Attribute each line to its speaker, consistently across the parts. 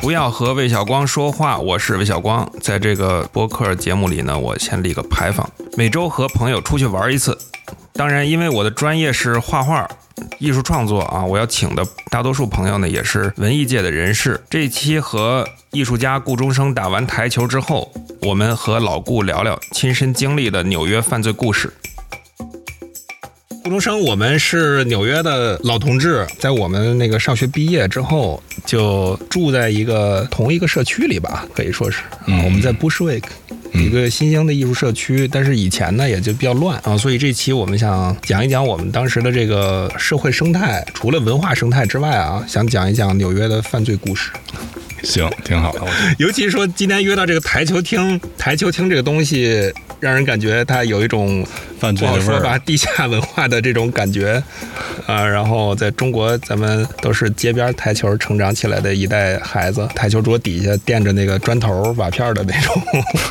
Speaker 1: 不要和魏晓光说话，我是魏晓光。在这个播客节目里呢，我先立个牌坊，每周和朋友出去玩一次。当然，因为我的专业是画画。艺术创作啊，我要请的大多数朋友呢，也是文艺界的人士。这一期和艺术家顾中生打完台球之后，我们和老顾聊聊亲身经历的纽约犯罪故事。顾中生，我们是纽约的老同志，在我们那个上学毕业之后，就住在一个同一个社区里吧，可以说是，啊，我们在 Bushwick。一个新兴的艺术社区，但是以前呢也就比较乱啊，所以这期我们想讲一讲我们当时的这个社会生态，除了文化生态之外啊，想讲一讲纽约的犯罪故事。
Speaker 2: 行，挺好的。
Speaker 1: 尤其说今天约到这个台球厅，台球厅这个东西让人感觉它有一种
Speaker 2: 犯罪
Speaker 1: 不
Speaker 2: 的
Speaker 1: 好
Speaker 2: 味
Speaker 1: 说
Speaker 2: 儿
Speaker 1: 吧，，地下文化的这种感觉啊、然后在中国，咱们都是街边台球成长起来的一代孩子，台球桌底下垫着那个砖头瓦片的那种。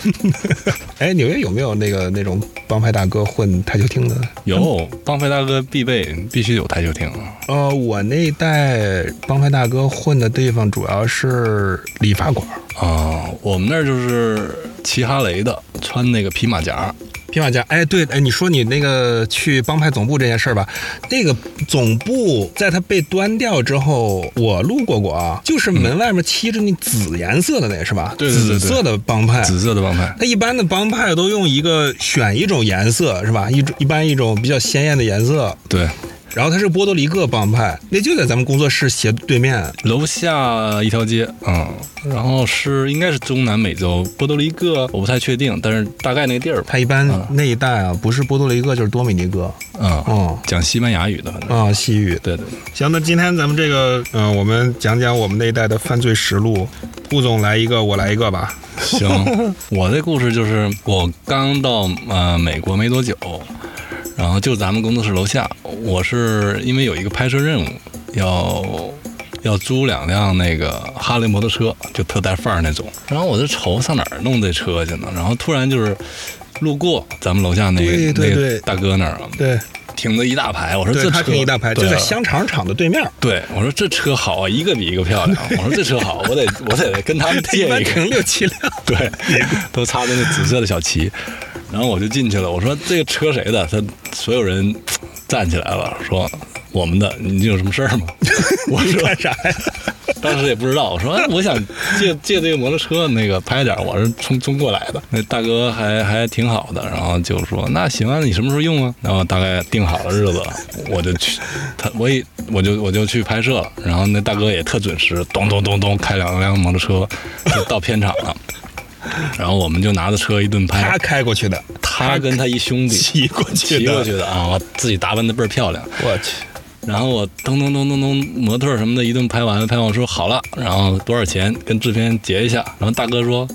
Speaker 1: 哎，纽约有没有那个那种帮派大哥混台球厅的？
Speaker 2: 有帮派大哥必备，必须有台球厅。
Speaker 1: 呃，我那一代帮派大哥混的地方主要是理发馆。
Speaker 2: 啊，我们那儿就是骑哈雷的，穿那个皮马甲，
Speaker 1: 皮马甲，哎，对，哎，你说你那个去帮派总部这件事儿吧，那个总部在它被端掉之后，我路过过啊，就是门外面漆着那紫颜色的那个是吧？
Speaker 2: 对对对对
Speaker 1: 紫色的帮派。
Speaker 2: 紫色的帮派。
Speaker 1: 它一般的帮派都用一个选一种颜色是吧？一种一般一种比较鲜艳的颜色，
Speaker 2: 对，
Speaker 1: 然后它是波多黎各帮派，那就在咱们工作室斜对面。
Speaker 2: 楼下一条街，嗯，然后是应该是中南美洲，波多黎各，我不太确定，但是大概那地儿吧，
Speaker 1: 它一般那一带啊，不是波多黎各就是多米尼哥。
Speaker 2: 嗯，
Speaker 1: 嗯
Speaker 2: 讲西班牙语的，反正，
Speaker 1: 啊，西语
Speaker 2: 对对，
Speaker 1: 行，那今天咱们这个，嗯、我们讲讲我们那一代的犯罪实录。顾总来一个，我来一个吧。
Speaker 2: 行，我的故事就是我刚到呃美国没多久，然后就咱们工作室楼下，我是因为有一个拍摄任务，要要租两辆那个哈雷摩托车，就特带范儿那种。然后我就愁上哪儿弄这车去呢？然后突然就是路过咱们楼下那
Speaker 1: 对
Speaker 2: 个
Speaker 1: 对
Speaker 2: 那
Speaker 1: 对
Speaker 2: 个大哥那儿，啊
Speaker 1: 对，
Speaker 2: 停了一大排，我说
Speaker 1: 对
Speaker 2: 这
Speaker 1: 他
Speaker 2: 车
Speaker 1: 挺一大牌，就
Speaker 2: 对
Speaker 1: 在
Speaker 2: 啊
Speaker 1: 香肠厂的对面，
Speaker 2: 对，我说这车好啊，一个比一个 漂亮。我说这车好，我得我得跟他们借
Speaker 1: 一
Speaker 2: 一个
Speaker 1: 般。停六七辆。
Speaker 2: 对，都插着那紫色的小旗。然后我就进去了，我说这个车谁的？他所有人站起来了，说我们的，你有什么事儿吗？我
Speaker 1: 你
Speaker 2: 说
Speaker 1: 干啥呀？
Speaker 2: 当时也不知道，我说哎我想借借这个摩托车那个拍点儿，我是从中国来的。那大哥还还挺好的，然后就说那行啊，你什么时候用啊？然后大概定好了日子，我就去，他我也我就我就去拍摄了。然后那大哥也特准时，咚咚咚咚开两辆摩托车就到片场了。然后我们就拿着车一顿
Speaker 1: 他
Speaker 2: 拍，
Speaker 1: 开过去的，
Speaker 2: 他跟他一兄弟
Speaker 1: 骑过去的
Speaker 2: 骑过去的啊，自己打扮的倍儿漂亮。
Speaker 1: 我去，
Speaker 2: 然后我咚咚咚咚咚模特什么的一顿拍完，拍完我说好了，然后多少钱跟制片结一下，然后大哥说。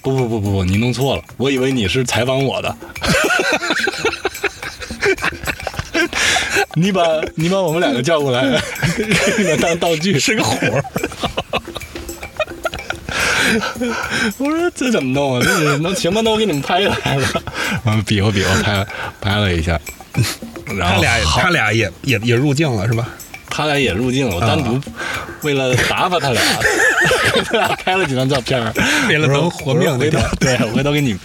Speaker 2: 不不不不不，你弄错了，我以为你是采访我的。 你把你把我们两个叫过来，给你们当道具是个活儿。 我说这怎么弄啊？这怎么弄？行吧，那我给你们拍下来了。 我们比划比划，拍拍了一下，然后
Speaker 1: 他俩
Speaker 2: 哦好
Speaker 1: 他俩也也也入境了是吧？
Speaker 2: 他俩也入境了，我
Speaker 1: 啊
Speaker 2: 单独为了打发他俩， 给他俩拍了几张照片儿，
Speaker 1: 为了
Speaker 2: 我说
Speaker 1: 能活命
Speaker 2: 我说回头
Speaker 1: 那
Speaker 2: 对，我回头给你。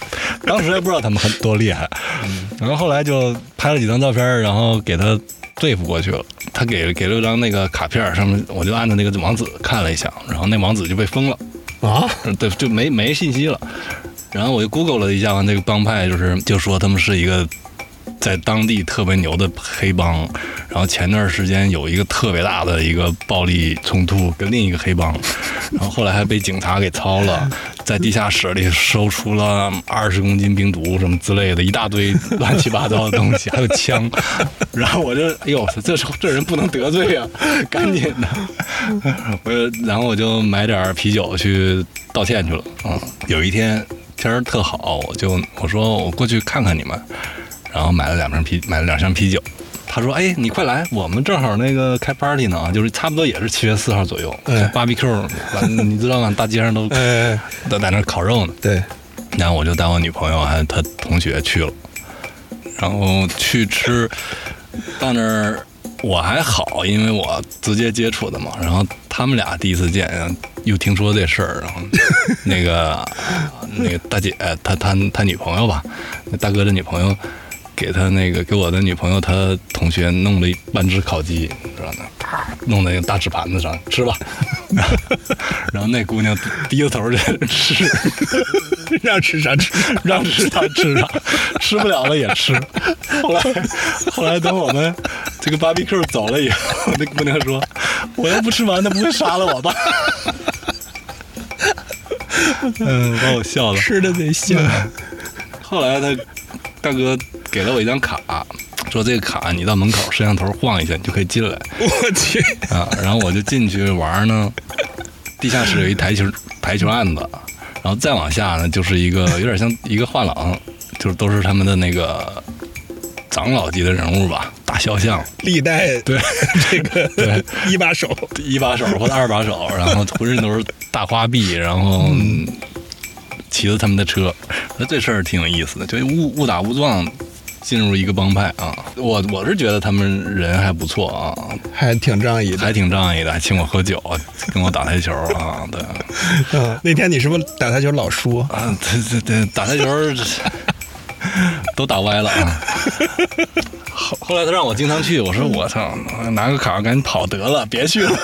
Speaker 2: 当时也不知道他们很多厉害，
Speaker 1: 嗯
Speaker 2: 然后后来就拍了几张照片儿，然后给他对付过去了。他给给了张那个卡片儿，上面我就按照那个网址看了一下，然后那网址就被封了。
Speaker 1: 啊，
Speaker 2: 对，就没没信息了。然后我就 Google 了一下，那个帮派就是就说他们是一个在当地特别牛的黑帮，然后前段时间有一个特别大的一个暴力冲突跟另一个黑帮，然后后来还被警察给抄了，在地下室里搜出了二十公斤冰毒什么之类的一大堆乱七八糟的东西，还有枪。 然后我就哎呦，这是这人不能得罪啊，赶紧的。我就然后我就买点啤酒去道歉去了。嗯，有一天天儿特好，我就我说我过去看看你们，然后买了两瓶啤，买了两箱啤酒。他说：“哎，你快来，我们正好那个开 party 呢，啊就是差不多也是七月四号左右，
Speaker 1: 哎
Speaker 2: 在 barbecue，完你知道吗？大街上都
Speaker 1: 哎，
Speaker 2: 都在那儿烤肉呢。
Speaker 1: 对，
Speaker 2: 然后我就带我女朋友还有她同学去了，然后去吃，到那儿我还好，因为我直接接触的嘛。然后他们俩第一次见，又听说这事儿，然后那个那个大姐，她她她女朋友吧，那大哥的女朋友。给他那个给我的女朋友，她同学弄了一半只烤鸡，知道吗？啪，弄那个大纸盘子上吃 吧。然后那姑娘低着头就 吃，
Speaker 3: 让吃啥吃？
Speaker 2: 让吃啥吃啥，吃不了了也吃。后来后来等我们这个 BBQ 走了以后，那姑娘说：“我要不吃完，她不会杀了我吧？” 嗯，把我笑了。
Speaker 3: 吃的贼 香。
Speaker 2: 后来他大哥给了我一张卡，说这个卡你到门口摄像头晃一下，你就可以进来
Speaker 3: 我去，
Speaker 2: 啊。然后我就进去玩呢，地下室有一台球台球案子，然后再往下呢就是一个有点像一个画廊，就是都是他们的那个长老级的人物吧，大肖像。
Speaker 3: 历 代
Speaker 2: 对
Speaker 3: 这个一把手，
Speaker 2: 一把手或者二把手，然后浑身都是大花臂，然后骑着他们的车，那这事儿挺有意思的，就误误打误撞进入一个帮派啊。我我是觉得他们人还不错啊，
Speaker 3: 还挺仗义的。
Speaker 2: 还挺仗义的，还请我喝酒，跟我打台球啊，对，
Speaker 3: 嗯，那天你是不是打台球老输？
Speaker 2: 啊，这这这打台球儿 都打歪了啊。后后来他让我经常去，我说我操，拿个卡赶紧跑得了，别去了。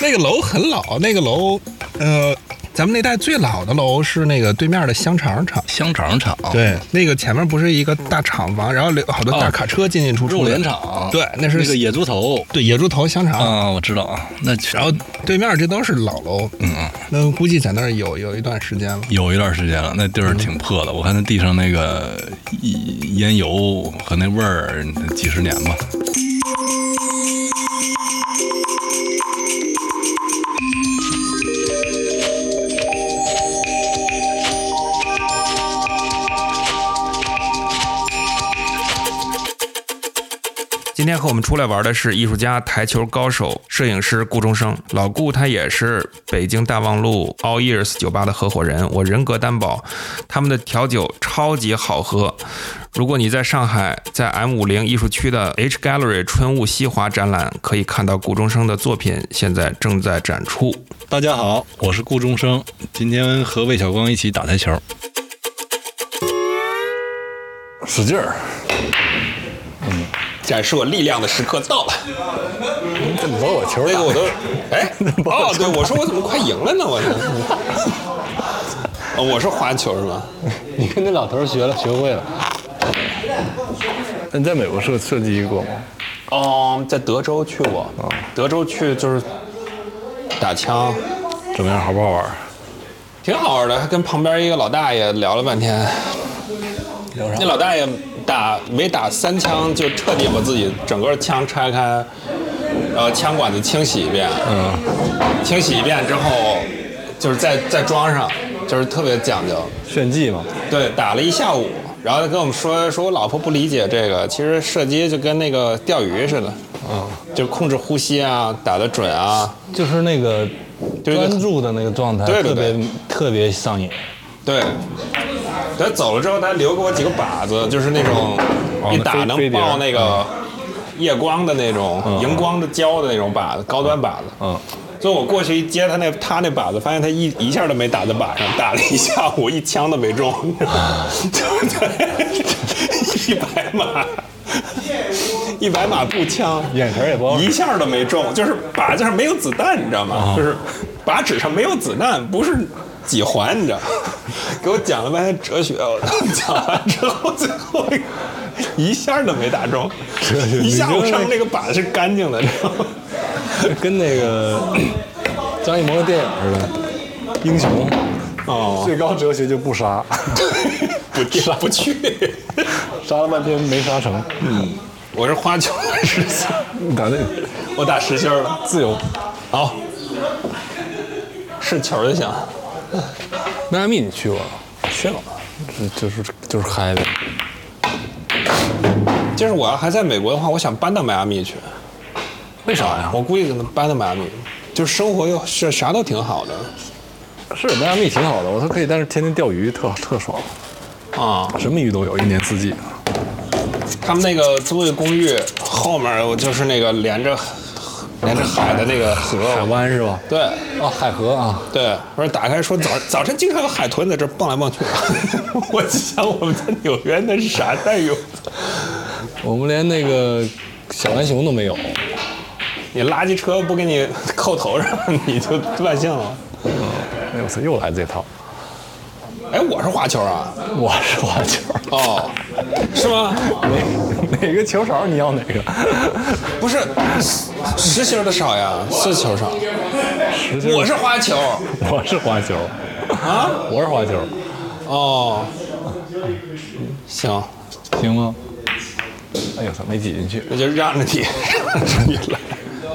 Speaker 3: 那个楼很老，那个楼，呃，咱们那代最老的楼是那个对面的香肠厂。
Speaker 2: 香肠厂，
Speaker 3: 对，那个前面不是一个大厂房，然后有好多大
Speaker 2: 哦
Speaker 3: 卡车进进出出。
Speaker 2: 肉联。厂，
Speaker 3: 对，那是
Speaker 2: 那啊个野猪头
Speaker 3: 对野猪头香肠。
Speaker 2: 啊，我知道啊。那然
Speaker 3: 然后对面这都是老楼，
Speaker 2: 嗯，
Speaker 3: 那估计在那儿有有一段时间了。
Speaker 2: 有一段时间了，那地儿挺破的，我看那地上那个一烟油和那味儿，几十年吧。
Speaker 1: 今天和我们出来玩的是艺术家、台球高手、摄影师顾中生。老顾他也是北京大望路 All Years 酒吧的合伙人，我人格担保，他们的调酒超级好喝。如果你在上海，在 M 五零艺术区的 H Gallery 春雾西华展览，可以看到顾中生的作品，现在正在展出。
Speaker 2: 大家好，我是顾中生，今天和魏晓光一起打台球，使劲儿。
Speaker 1: 展示我力量的时刻到了。
Speaker 2: 这你把我球
Speaker 1: 那个我都， 哎，哦，对，我说我怎么快赢了呢？我是，哦我是花球是吗？
Speaker 2: 你跟那老头学了，学会了。
Speaker 4: 那你在美国设设计过吗？
Speaker 1: 哦，在德州去过，
Speaker 2: 哦
Speaker 1: 德州去就是打枪，
Speaker 2: 怎么样，好不好玩？
Speaker 1: 挺好玩的。还跟旁边一个老大爷聊了半天，那老大爷打没打三枪就彻底把自己整个枪拆开，然后枪管子清洗一遍，嗯，清洗一遍之后就是再再装上，就是特别讲究。
Speaker 4: 炫技吗？
Speaker 1: 对，打了一下午，然后他跟我们说，说我老婆不理解这个，其实射击就跟那个钓鱼似的，嗯，就控制呼吸啊，打得准啊，
Speaker 4: 就是那个
Speaker 1: 就是那个
Speaker 4: 专注的那个状态，
Speaker 1: 对对
Speaker 4: 特
Speaker 1: 对
Speaker 4: 别特别上瘾。
Speaker 1: 对。他走了之后，他留给我几个靶子，就是那种一打
Speaker 4: 哦飞
Speaker 1: 能
Speaker 4: 飞碟
Speaker 1: 爆那个夜光的那种、荧光的胶的那种靶子，高端靶子。
Speaker 4: 嗯，
Speaker 1: 所以我过去一接他那他那靶子，发现他一一下都没打在靶上，打了一下午，一枪都没 中，对对？一百码，一百码步枪，
Speaker 4: 眼神也不好使
Speaker 1: 一下都没中，就是啊靶子上没有子弹，你知道吗？就是靶纸上没有子弹，不是几环，你知道吗？给我讲了半天哲学，我讲完之后最后一下都没打中，一下午上那个靶子是干净的，你知道吗？
Speaker 4: 跟那个 张艺谋的电影似的，英雄
Speaker 1: 哦，
Speaker 4: 最高哲学就不杀，
Speaker 1: 不去不去。
Speaker 4: 杀了半天没杀成，
Speaker 1: 我是花球还是实心？
Speaker 4: 你打那个
Speaker 1: 我打实心儿了。
Speaker 4: 自由。
Speaker 1: 好，是球儿就行。
Speaker 4: 迈阿密你去过吗？
Speaker 1: 去了。
Speaker 4: 就就是就是嗨呗。
Speaker 1: 就是我要还在美国的话，我想搬到迈阿密去。
Speaker 4: 为啥呀？
Speaker 1: 我估计可能搬到迈阿密，就是生活又是啥都挺好的
Speaker 4: 是迈阿密挺好的，我说可以，但是天天钓鱼特特爽，
Speaker 1: 啊、
Speaker 4: 什么鱼都有，一年四季。
Speaker 1: 他们那个租的公寓
Speaker 5: 后面我就是那个连着连着海的那个河，
Speaker 6: 海湾是吧？
Speaker 5: 对
Speaker 6: 哦，海河啊，
Speaker 5: 对，我说打开说早早晨经常有海豚在这儿蹦来蹦去， 我就想我们在纽约那是啥待遇？
Speaker 6: 我们连那个小浣熊都没有。
Speaker 5: 你垃圾车不给你扣头上， 你就万幸了。
Speaker 6: 哎呦我操，又来这套！
Speaker 5: 哎，我是滑球啊，
Speaker 6: 我是滑球，
Speaker 5: 哦，是吗？
Speaker 6: 哪哪个球勺你要哪个？
Speaker 5: 不是，实球的少呀，是球少。我是花球
Speaker 6: 我是滑球，
Speaker 5: 啊，
Speaker 6: 我是滑球，
Speaker 5: 哦，行，
Speaker 6: 行吗？哎呦我操，没挤进去。
Speaker 5: 那就让着你，让着你来。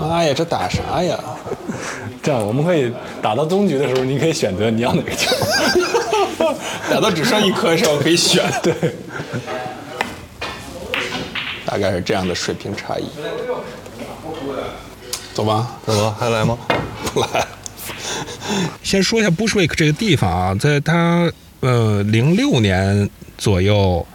Speaker 5: 妈呀，这打啥呀？
Speaker 6: 这样，我们可以打到终局的时候，你可以选择你要哪个球。
Speaker 5: 打到只剩一颗是吧？可以选。对，大概是这样的水平差异。走吧，
Speaker 6: 怎么了？还来吗？
Speaker 5: 不来。
Speaker 1: 先说一下 Bushwick 这个地方啊，在它呃零六年左右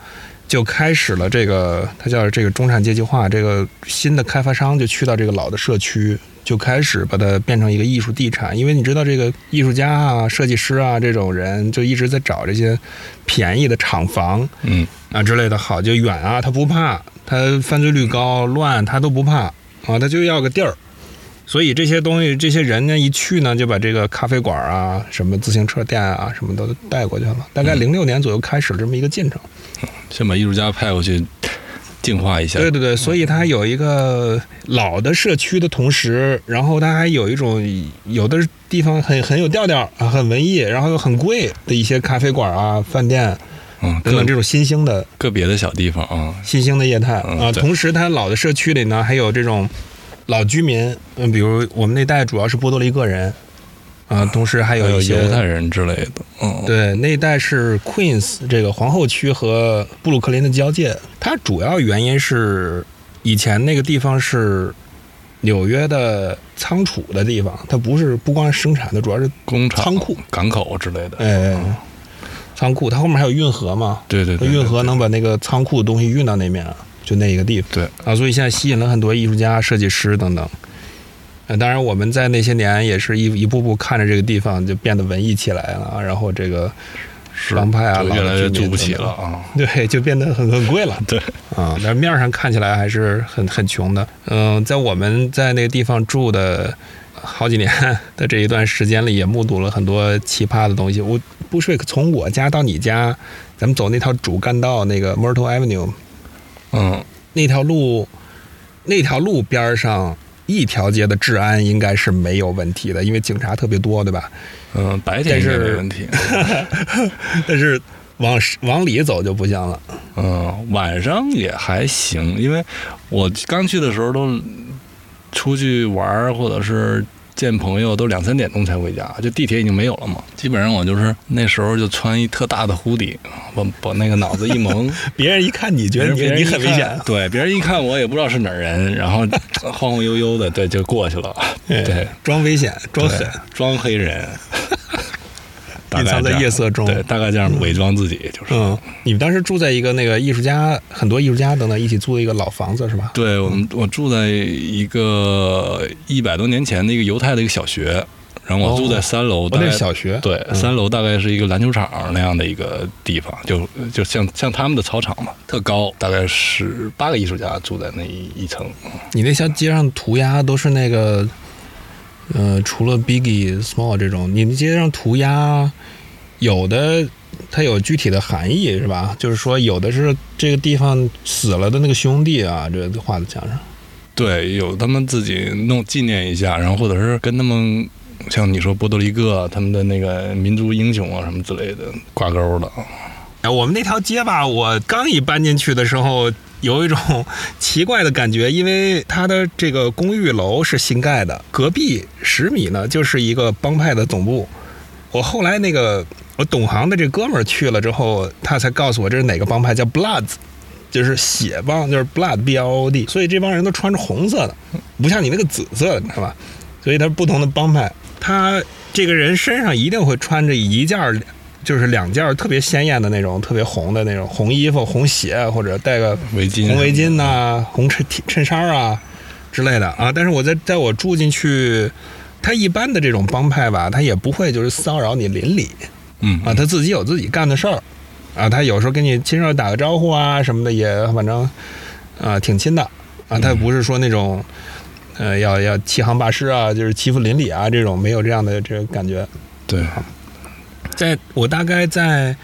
Speaker 1: 就开始了这个，它叫这个中产阶级化，这个新的开发商就去到这个老的社区，就开始把它变成一个艺术地产，因为你知道这个艺术家啊、设计师啊这种人就一直在找这些便宜的厂房，
Speaker 2: 嗯，
Speaker 1: 啊之类的好，就远啊，他不怕，他犯罪率高、乱他都不怕啊，他就要个地儿。所以这些东西，这些人呢一去呢，就把这个咖啡馆啊、什么自行车店啊、什么都带过去了。大概零六年左右开始了这么一个进程。
Speaker 2: 先把艺术家派过去净化一下。
Speaker 1: 对对对，所以它有一个老的社区的同时，然后它还有一种有的地方很很有调调啊，很文艺，然后又很贵的一些咖啡馆啊、饭店
Speaker 2: 嗯，
Speaker 1: 等等这
Speaker 2: 个
Speaker 1: 种新兴的
Speaker 2: 个别的小地方啊，
Speaker 1: 新兴的业态啊、
Speaker 2: 嗯对
Speaker 1: 同时，它老的社区里呢，还有这种老居民，嗯，比如我们那代主要是波多黎各人，啊、同时还
Speaker 2: 还
Speaker 1: 有
Speaker 2: 有
Speaker 1: 一些
Speaker 2: 犹太人之类的。嗯，
Speaker 1: 对，那一带是 Queens 这个皇后区和布鲁克林的交界。它主要原因是以前那个地方是纽约的仓储的地方，它不是不光是生产的，主要是
Speaker 2: 工厂、
Speaker 1: 仓库、
Speaker 2: 港口之类的。
Speaker 1: 哎仓库。它后面还有运河嘛？
Speaker 2: 对对对，
Speaker 1: 运河能把那个仓库的东西运到那面啊，就那一个地方。
Speaker 2: 对
Speaker 1: 啊，所以现在吸引了很多艺术家、设计师等等。呃，当然我们在那些年也是一一步步看着这个地方就变得文艺起来了啊，然后这个
Speaker 2: 是
Speaker 1: 帮派啊
Speaker 2: 就越来越住不起
Speaker 1: 老
Speaker 2: 了
Speaker 1: 的
Speaker 2: 啊。
Speaker 1: 对就变得很很贵了。
Speaker 2: 对
Speaker 1: 啊，但面上看起来还是很很穷的。嗯、在我们在那个地方住的好几年的这一段时间里，也目睹了很多奇葩的东西。我布什维克从我家到你家，咱们走那条主干道那个 Myrtle Avenue
Speaker 2: 嗯，
Speaker 1: 那条路，那条路边儿上。一条街的治安应该是没有问题的，因为警察特别多，对 吧？
Speaker 2: 嗯，白天应该没问题。
Speaker 1: 但是往往里走就不行了。
Speaker 2: 嗯，晚上也还行，因为我刚去的时候都出去玩儿或者是见朋友，都两三点钟才回家，就地铁已经没有了嘛。基本上我就是那时候就穿一特大的蝴蝶，把把那个脑子一蒙，
Speaker 1: 别人一看你觉得
Speaker 2: 别
Speaker 1: 你
Speaker 2: 人
Speaker 1: 你
Speaker 2: 一
Speaker 1: 很危
Speaker 2: 看
Speaker 1: 险，
Speaker 2: 对，别人一看我也不知道是哪儿人，然后 晃晃悠悠的，对，就过去了。 对，
Speaker 1: 装危险，装狠
Speaker 2: 对，装黑 人，大
Speaker 1: 隐
Speaker 2: 概
Speaker 1: 藏在
Speaker 2: 这样
Speaker 1: 夜色中
Speaker 2: 对，大概这样伪装自己就是。
Speaker 1: 嗯，你们当时住在一个那个艺术家，很多艺术家等等一起租的一个老房子是吧？
Speaker 2: 对我们，我住在一个一百多年前的一个犹太的一个小学，然后我住在三楼，大
Speaker 1: 哦，那
Speaker 2: 概
Speaker 1: 是小学。
Speaker 2: 对、三楼大概是一个篮球场那样的一个地方，就就像像他们的操场嘛，特高，大概十八个艺术家住在那一一层，
Speaker 1: 你那条街上涂鸦都是那个，呃，除了 Biggie、Small 这种，你们街上涂鸦有的它有具体的含义是吧？就是说有的是这个地方死了的那个兄弟啊，这画在墙上。
Speaker 2: 对，有他们自己弄纪念一下，然后或者是跟他们。像你说波多黎各啊他们的那个民族英雄啊什么之类的挂钩的，
Speaker 1: 哎，我们那条街吧，我刚一搬进去的时候，有一种奇怪的感觉，因为它的这个公寓楼是新盖的，隔壁十米呢就是一个帮派的总部。我后来那个我懂行的这哥们儿去了之后，他才告诉我这是哪个帮派，叫 Bloods。就是血帮，就是 blood b l o d，所以这帮人都穿着红色的，不像你那个紫色的，你知道吧？所以它是不同的帮派，他这个人身上一定会穿着一件儿就是两件儿特别鲜艳的那种，特别红的那种红衣服、红鞋，或者戴个
Speaker 2: 围巾啊
Speaker 1: 红围巾呐、红衬衬衫啊之类的啊。但是我在在我住进去，他一般的这种帮派吧，他也不会就是骚扰你邻里
Speaker 2: 嗯
Speaker 1: 啊，他自己有自己干的事儿啊，他有时候跟你亲热打个招呼啊什么的，也反正啊挺亲的啊，他不是说那种。呃，要要欺行霸市啊，就是欺负邻里啊，这种没有这样的这个感觉。
Speaker 2: 对，
Speaker 1: 在我大概在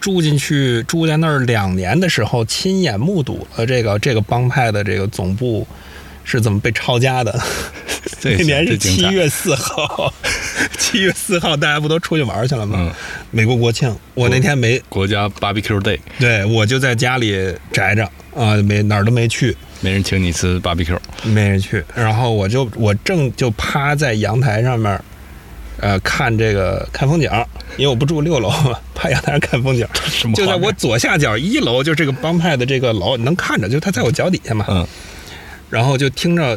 Speaker 1: 住进去住在那儿两年的时候，亲眼目睹了这个这个帮派的这个总部是怎么被抄家的。
Speaker 2: 这
Speaker 1: 那年是
Speaker 2: 这精
Speaker 1: 七
Speaker 2: 彩
Speaker 1: 月四号， 七月四号大家不都出去玩儿去了吗？
Speaker 2: 嗯
Speaker 1: 美国国庆，我那天没
Speaker 2: 国家 barbecue day，
Speaker 1: 对我就在家里宅着啊、没哪儿都没去。
Speaker 2: 没人请你吃 barbecue，
Speaker 1: 没人去。然后我就我正就趴在阳台上面，呃，看这个看风景，因为我不住六楼嘛， 趴阳台上看风景。
Speaker 2: 什么
Speaker 1: 就在
Speaker 2: 画面
Speaker 1: 我左下角一楼，就是这个帮派的这个楼，你能看着，就他在我脚底下嘛。
Speaker 2: 嗯。
Speaker 1: 然后就听着，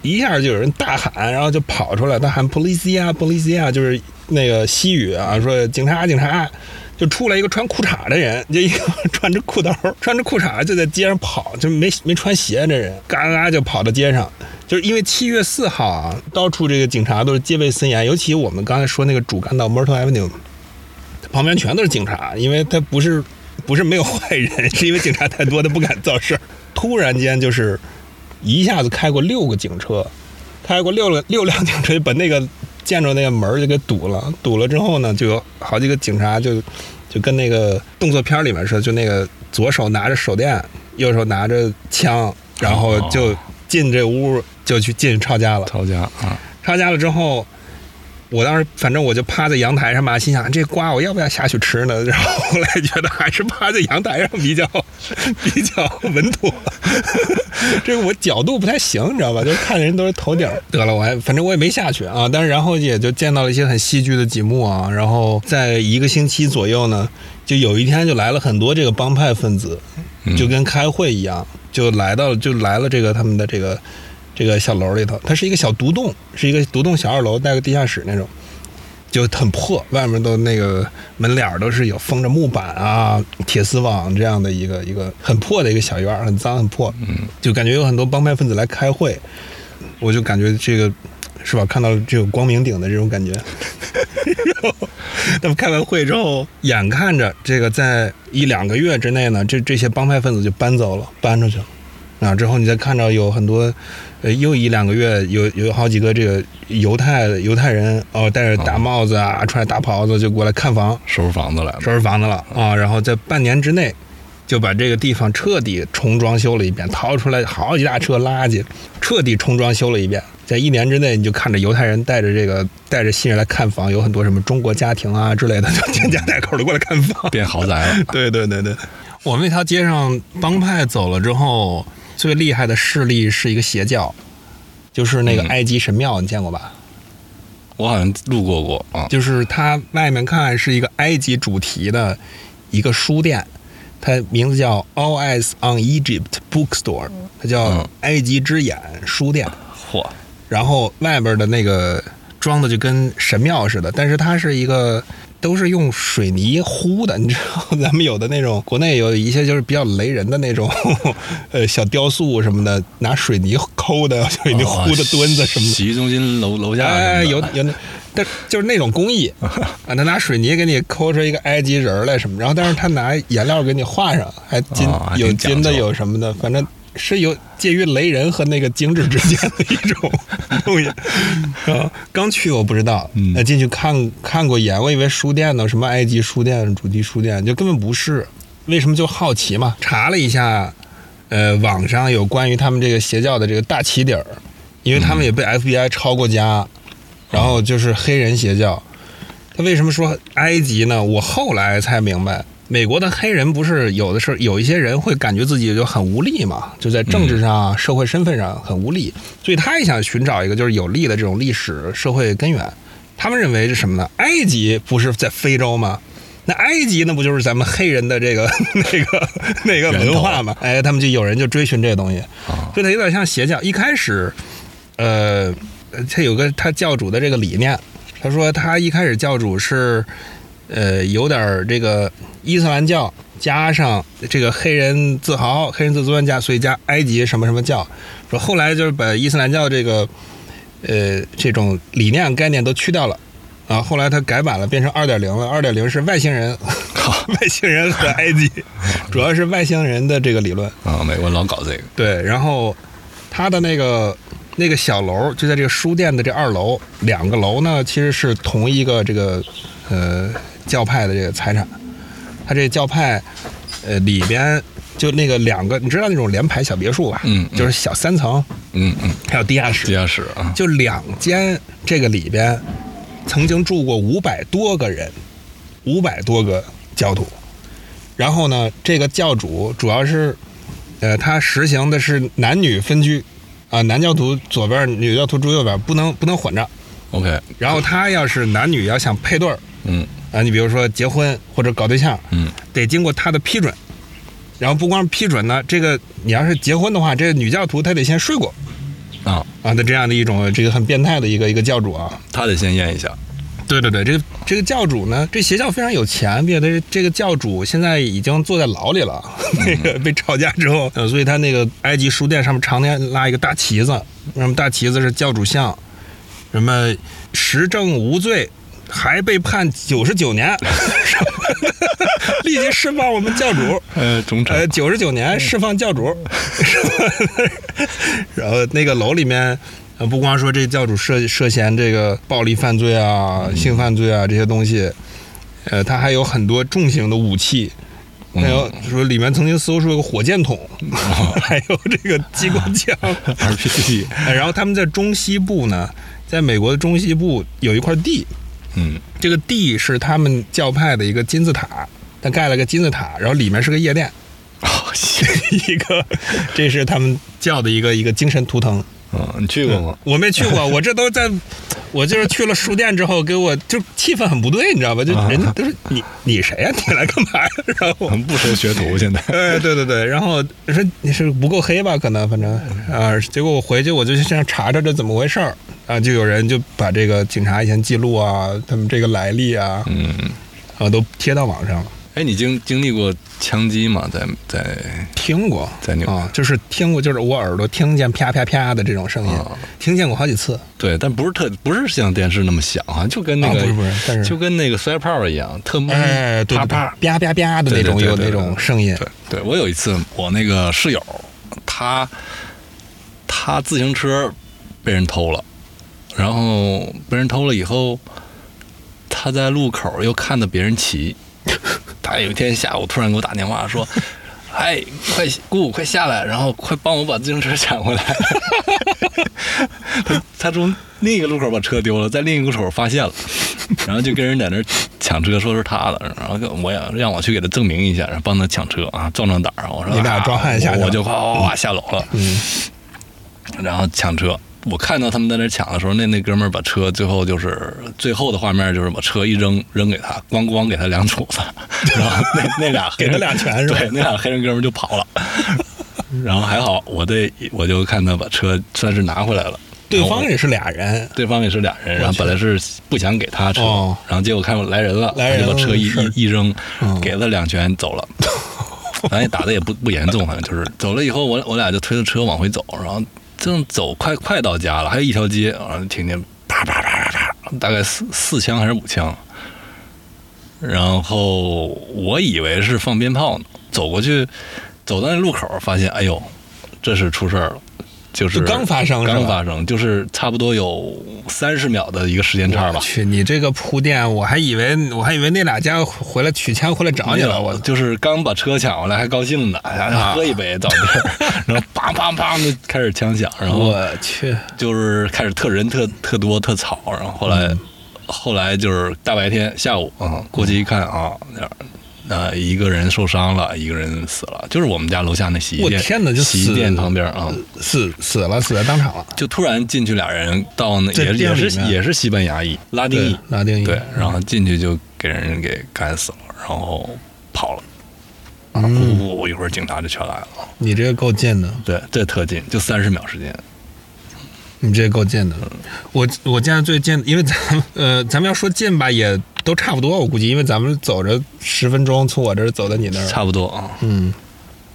Speaker 1: 一下就有人大喊，然后就跑出来，他喊 “police 啊，police 啊”，就是那个西语啊，说警察警察。就出来一个穿裤衩的人，就一个穿着裤兜儿、穿着裤衩就在街上跑，就没 没穿鞋这人，嘎嘎嘎就跑到街上。就是因为七月四号啊，到处这个警察都是戒备森严，尤其我们刚才说那个主干道 Myrtle Avenue，旁边全都是警察，因为他不是不是没有坏人， 是因为警察太多，他不敢造事儿。突然间就是一下子开过六个警车，开过六个六辆警车，把那个建筑那个门儿就给堵了。堵了之后呢，就有好几个警察就就跟那个动作片里面似的，就那个左手拿着手电，右手拿着枪，然后就进这屋就去进去抄家了。
Speaker 2: 抄家啊，
Speaker 1: 抄家了之后，我当时反正我就趴在阳台上嘛，心想这瓜我要不要下去吃呢？然后后来觉得还是趴在阳台上比较比较稳妥， 这个我角度不太行，你知道吧？就是看人都是头顶儿。得了，我还反正我也没下去啊，但是然后也就见到了一些很戏剧的几幕啊。然后在一个星期左右呢，就有一天就来了很多这个帮派分子，
Speaker 2: 嗯
Speaker 1: 就跟开会一样，就来到就来了这个他们的这个这个小楼里头，它是一个小独栋，是一个独栋小二楼，带个地下室那种，就很破，外面都那个门脸儿都是有封着木板啊、铁丝网这样的一个一个很破的一个小院儿，很脏很破，
Speaker 2: 嗯
Speaker 1: 就感觉有很多帮派分子来开会，我就感觉这个是吧，看到了这种光明顶的这种感觉。 然后他们开完会之后，眼看着这个在一两个月之内呢，这这些帮派分子就搬走了，搬出去了。啊，之后你再看到有很多，呃，又一两个月有有好几个这个犹太犹太人哦，戴着大帽子啊，穿着大袍子就过来看房，
Speaker 2: 收拾房子来了，
Speaker 1: 收拾房子了啊，然后在半年之内就把这个地方彻底重装修了一遍，掏出来好几大车垃圾，彻底重装修了一遍。在一年之内，你就看着犹太人带着这个带着新人来看房，有很多什么中国家庭啊之类的，就全家带口的过来看房。，
Speaker 2: 变豪宅了
Speaker 1: 对对对对，我们那条街上帮派走了之后，最厉害的势力是一个邪教，就是那个埃及神庙，你见过吧？
Speaker 2: 我好像路过过啊，
Speaker 1: 就是它外面看是一个埃及主题的一个书店，它名字叫 All Eyes on Egypt Bookstore，它叫
Speaker 2: 嗯
Speaker 1: 埃及之眼书店。
Speaker 2: 嚯，
Speaker 1: 然后外边的那个装的就跟神庙似的，但是它是一个都是用水泥糊的，你知道，咱们有的那种国内有一些就是比较雷人的那种， 呃，小雕塑什么的，拿水泥抠的，水
Speaker 2: 哦
Speaker 1: 泥糊的墩子什么的，
Speaker 2: 洗浴中心楼楼下什么的，
Speaker 1: 哎，有有那，但就是那种工 艺啊，他拿水泥给你抠出一个埃及人儿来什么，然后但是他拿颜料给你画上，还金、
Speaker 2: 哦还挺
Speaker 1: 有
Speaker 2: 讲
Speaker 1: 金的
Speaker 2: 究
Speaker 1: 有什么的，反正是有介于雷人和那个精致之间的一种东西。 啊，刚去我不知道，那进去看看过一眼，我以为书店呢，什么埃及书店、主题书店，就根本不是。为什么就好奇嘛？查了一下，呃，网上有关于他们这个邪教的这个大起底儿，因为他们也被 FBI 抄过家，然后就是黑人邪教。他为什么说埃及呢？我后来才明白，美国的黑人不是有的是有一些人会感觉自己就很无力嘛，就在政治上啊、社会身份上很无力，所以他也想寻找一个就是有利的这种历史社会根源。他们认为是什么呢？埃及不是在非洲吗？那埃及那不就是咱们黑人的这个 那个那个文化嘛？哎，他们就有人就追寻这个东西，所以它有点像邪教。一开始，呃，他有个他教主的这个理念，他说他一开始教主是呃，有点儿这个伊斯兰教加上这个黑人自豪、黑人自尊加，所以加埃及什么什么教。说后来就是把伊斯兰教这个呃这种理念概念都去掉了。啊，后来他改版了，变成二点零了。二点零是外星人， 外星人和埃及，主要是外星人的这个理论。
Speaker 2: 啊，美国老搞这个，
Speaker 1: 对，然后他的那个那个小楼就在这个书店的这二楼，两个楼呢其实是同一个这个呃教派的这个财产。他这教派呃里边就那个两个，你知道那种联排小别墅吧？
Speaker 2: 嗯嗯
Speaker 1: 就是小三层，
Speaker 2: 嗯嗯，
Speaker 1: 还有地下
Speaker 2: 地
Speaker 1: 室，
Speaker 2: 下室啊，
Speaker 1: 就两间这个里边曾经住过五百多个人，五百多个教徒。然后呢，这个教主主要是，呃，他实行的是男女分居，啊、男教徒左边，女教徒住右边，不能不能混着。
Speaker 2: ，OK，
Speaker 1: 然后他要是男女要想配对儿，
Speaker 2: 嗯
Speaker 1: 啊，你比如说结婚或者搞对象，
Speaker 2: 嗯，
Speaker 1: 得经过他的批准。然后不光是批准呢，这个你要是结婚的话，这个女教徒她得先睡过
Speaker 2: 啊，
Speaker 1: 啊的这样的一种这个很变态的一个一个教主啊。
Speaker 2: 他得先验一下，
Speaker 1: 对对对，这个这个教主呢，这邪教非常有钱，并且这这个教主现在已经坐在牢里了， 那个被抄家之后，呃，所以他那个埃及书店上面常年拉一个大旗子，那么大旗子是教主像，什么实证无罪，还被判九十九年， 什么的立即释放我们教主。
Speaker 2: 呃，中产
Speaker 1: 呃，九十九年释放教主， 然后那个楼里面，呃，不光说这教主涉涉嫌这个暴力犯罪啊、性犯罪啊这些东西，呃，他还有很多重型的武器，还有说里面曾经搜出了个火箭筒，还有这个激光枪，
Speaker 2: 嗯 RPG，
Speaker 1: 哎 然后他们在中西部呢，在美国的中西部有一块地，
Speaker 2: 嗯
Speaker 1: 这个地是他们教派的一个金字塔，他盖了个金字塔，然后里面是个夜店。
Speaker 2: 好哦行
Speaker 1: 一个，这是他们教的一个一个精神图腾。
Speaker 2: 啊，你去过吗？
Speaker 1: 我没去过，我这都在，我就是去了书店之后，给我就气氛很不对，你知道吧？就
Speaker 2: 啊
Speaker 1: 人家都是你你谁呀、你来干嘛 呀？然后
Speaker 2: 我，们不收学徒，现在
Speaker 1: 哎，对对对，然后说你是不够黑吧？可能反正啊，结果我回去我就这样查查这怎么回事儿啊，就有人就把这个警察以前记录啊，他们这个来历啊
Speaker 2: 嗯，
Speaker 1: 啊都贴到网上了。
Speaker 2: 哎，你经经历过枪击吗？在在
Speaker 1: 听过，
Speaker 2: 在纽约
Speaker 1: 啊，就是听过，就是我耳朵听见啪啪啪的这种声音，
Speaker 2: 啊
Speaker 1: 听见过好几次。
Speaker 2: 对，但不是特不是像电视那么响啊，就跟那个、
Speaker 1: 啊不是不是但是
Speaker 2: 就跟那个摔炮一样，特闷，
Speaker 1: 哎，对
Speaker 2: 啪
Speaker 1: 对对，
Speaker 2: 啪。
Speaker 1: 啪啪啪的那种，
Speaker 2: 对对对
Speaker 1: 有
Speaker 2: 对
Speaker 1: 那
Speaker 2: 对
Speaker 1: 种声音。
Speaker 2: 对，对我有一次，我那个室友，他他自行车被人偷了，然后被人偷了以后，他在路口又看到别人 骑，他有一天下午突然给我打电话说。哎，快姑快下来，然后快帮我把自行车抢回 来。他他从另一个路口把车丢了，在另一个路口发现了，然后就跟人在那儿抢车，说是他的，然后跟我也让我去给他证明一下，然后帮他抢车啊，壮壮胆儿。我说
Speaker 1: 你俩
Speaker 2: 啊
Speaker 1: 壮汉下去了
Speaker 2: 我就哗哗哗下楼了，然后抢车。我看到他们在那儿抢的时候，那那哥们儿把车最后就是最后的画面就是把车一扔扔给他，咣咣给他两杵 子，然后那那俩
Speaker 1: 给他俩拳是吧
Speaker 2: 对，那俩黑人哥们儿就 跑了。然后还好，我这我就看他把车算是拿回来了。
Speaker 1: 对
Speaker 2: 然后我
Speaker 1: 方也是俩人，啊
Speaker 2: 对方也是俩人，然后本来是不想给他车，
Speaker 1: 哦
Speaker 2: 然后结果看来人了，
Speaker 1: 来人了
Speaker 2: 他就把车一
Speaker 1: 是嗯
Speaker 2: 一一扔，给了两拳 走了。反正也打的也不不严重，反正就是走了以后，我我俩就推着车往回走，然后正走快快到家了，还有一条街，然后就听见啪啪啪啪啪，大概四四枪还是五枪，然后我以为是放鞭炮呢，走过去走到那路口，发现哎呦，这是出事儿了。就是
Speaker 1: 就刚发生是吧
Speaker 2: 刚发生，就是差不多有三十秒的一个时间差吧
Speaker 1: 我。去，你这个铺垫，我还以为我还以为那俩家伙回来取枪回来找你了，我
Speaker 2: 哎就是刚把车抢回来，还高兴呢，
Speaker 1: 哎
Speaker 2: 还喝一杯早点儿，然后梆梆梆就开始枪响，然后
Speaker 1: 我去，
Speaker 2: 就是开始特人特特多特吵，然后后
Speaker 1: 嗯
Speaker 2: 来、后来就是大白天下午啊、过去一看啊，那那一个人受伤了，一个人死了，就是我们家楼下那洗衣
Speaker 1: 我
Speaker 2: 店，
Speaker 1: 天哪就
Speaker 2: 洗衣
Speaker 1: 死
Speaker 2: 店旁边啊。
Speaker 1: 死死了，死在当场了。
Speaker 2: 就突然进去俩人到那
Speaker 1: 在
Speaker 2: 也
Speaker 1: 店
Speaker 2: 也
Speaker 1: 里
Speaker 2: 是
Speaker 1: 面
Speaker 2: 也是西班牙裔拉丁裔
Speaker 1: 对，拉丁裔
Speaker 2: 对，然后进去就给人给干死了，然后跑了，啊呼
Speaker 1: 嗯
Speaker 2: 呼呼一会儿警察就全来了，
Speaker 1: 你这个够近的，
Speaker 2: 对，这特近，就三十秒时间，
Speaker 1: 你这够贱
Speaker 2: 嗯
Speaker 1: 的。我我见的最贱的，因为咱们呃，咱们要说贱吧，也都差不多，我估计，因为咱们走着十分钟，从我这儿走到你那儿，
Speaker 2: 差不多啊。
Speaker 1: 嗯，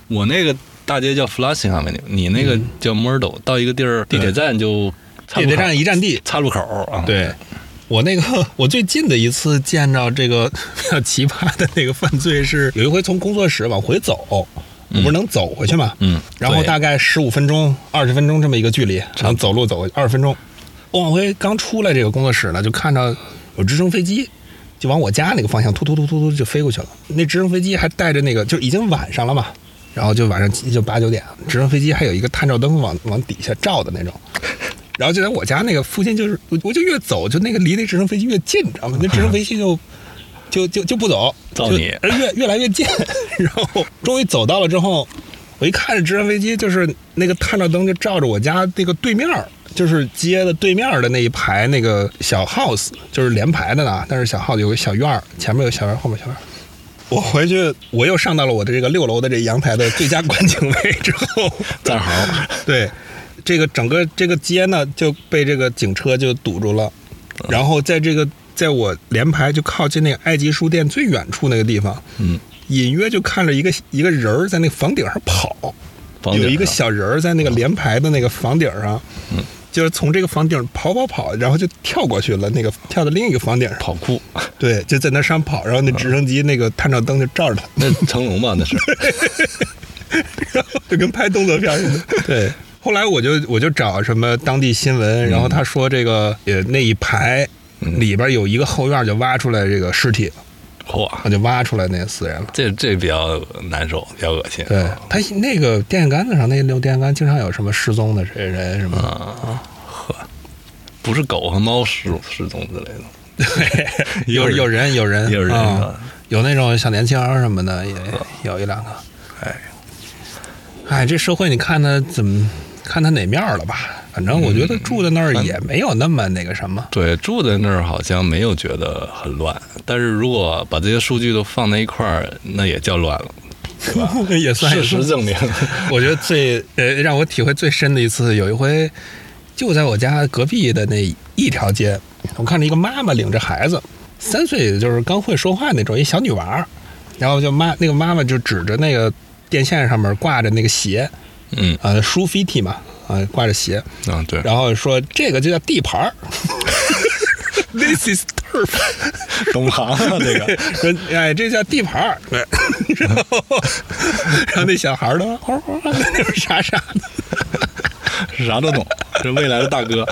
Speaker 2: 我那个大街叫 Flushing Avenue，你那个叫 Myrtle，到一个地儿嗯地铁站就
Speaker 1: 地铁站一站地。
Speaker 2: 岔路口啊。，
Speaker 1: 对，我那个 我最近的一次见着这个 比较奇葩的那个犯罪是，有一回从工作室往回走，我不是能走回去嘛，
Speaker 2: 嗯，
Speaker 1: 然后
Speaker 2: 对
Speaker 1: 大概十五分钟、二十分钟这么一个距离，然后走路走二十分钟。我往回刚出来这个工作室呢，就看着有直升飞机，就往我家那个方向突突突突突就飞过去了。那直升飞机还带着那个，就已经晚上了嘛，然后就晚上七就八九点，直升飞机还有一个探照灯往往底下照的那种。 然后就在我家那个附近，就是我我就越走就那个离那直升飞机越近，你知道吗？那直升飞机就就就就不走，
Speaker 2: 造
Speaker 1: 就
Speaker 2: 你
Speaker 1: 而越越来越近， 然后终于走到了之后，我一看着直升飞机，就是那个探照灯就照着我家那个对面儿，就是街的对面儿的那一排那个小 house，就是连排的呢，但是小 house 有个小院儿，前面有小院儿，后面小院儿。我回去，我又上到了我的这个六楼的这阳台的最佳观景位之后，
Speaker 2: 站好。
Speaker 1: 对，这个整个这个街呢就被这个警车就堵住了，
Speaker 2: 嗯
Speaker 1: 然后在这个在我连排就靠近那个埃及书店最远处那个地方，
Speaker 2: 嗯，
Speaker 1: 隐约就看着一个一个人儿在那房顶上跑，
Speaker 2: 房顶
Speaker 1: 有一个
Speaker 2: 上嗯
Speaker 1: 小人儿在那个连排的那个房顶上，嗯，就是从这个房顶跑跑跑，然后就跳过去了，那个跳到另一个房顶上，
Speaker 2: 跑酷，
Speaker 1: 对，就在那上跑，然后
Speaker 2: 嗯
Speaker 1: 那直升机那个探照灯就照着他，
Speaker 2: 那成龙吧那 是。
Speaker 1: 就跟拍动作片似 的。对，后来我就我就找什么当地新闻，
Speaker 2: 嗯
Speaker 1: 然后他说这个呃那一排里边有一个后院就挖出来这个尸体了，
Speaker 2: 嚯，
Speaker 1: 他就挖出来那死人了。
Speaker 2: 这这比较难受，比较恶心。啊
Speaker 1: 对他那个电线杆子上那溜电线杆经常有什么失踪的这人什么
Speaker 2: 啊
Speaker 1: 的，
Speaker 2: 不是狗和猫失失踪之类的。
Speaker 1: 对， 有
Speaker 2: 有
Speaker 1: 有人有人
Speaker 2: 有人
Speaker 1: 啊
Speaker 2: 啊
Speaker 1: 有那种小年轻儿什么的也有一两个。
Speaker 2: 哎，
Speaker 1: 哎，这社会你看他怎么看他哪面儿了吧？反正我觉
Speaker 2: 嗯
Speaker 1: 得住在那儿也没有那么那个什么。
Speaker 2: 对，住在那儿好像没有觉得很乱，但是如果把这些数据都放在一块儿，那也叫乱了。
Speaker 1: 也算
Speaker 2: 事实证明，
Speaker 1: 我觉得最呃让我体会最深的一次，有一回就在我家隔壁的那一条街，我看着一个妈妈领着孩子，三岁就是刚会说话那种一小女娃儿，然后就妈那个妈妈就指着那个电线上面挂着那个鞋，
Speaker 2: 嗯
Speaker 1: 呃，书 f i t 嘛，呃，挂着鞋，
Speaker 2: 啊，对，
Speaker 1: 然后说这个就叫地盘儿。This is turf，
Speaker 2: 懂行啊，这个
Speaker 1: 说哎，这叫地盘儿。 然后， 然后那小孩儿呢，嗷嗷在 那边傻傻的。
Speaker 2: 啥都懂，是未来的大哥。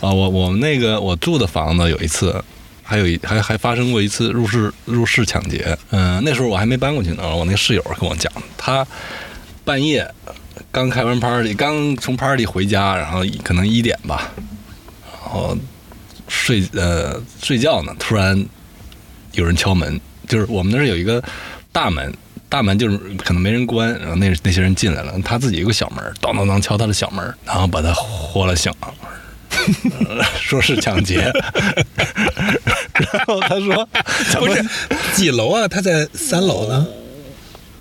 Speaker 2: 啊，我我们那个我住的房子有一次，还有一还还发生过一次入室入室抢劫。嗯、那时候我还没搬过去呢，我那室友跟我讲，他半夜刚开完 party，刚从 party 回家，然后一可能一点吧，然后睡呃睡觉呢，突然有人敲门，就是我们那儿有一个大门，大门就是可能没人关，然后那那些人进来了，他自己有个小门，当当当敲他的小门，然后把他豁了醒了。 说是抢劫， 然后他说：“咱
Speaker 1: 不
Speaker 2: 们
Speaker 1: 是 几楼啊？他在三楼呢。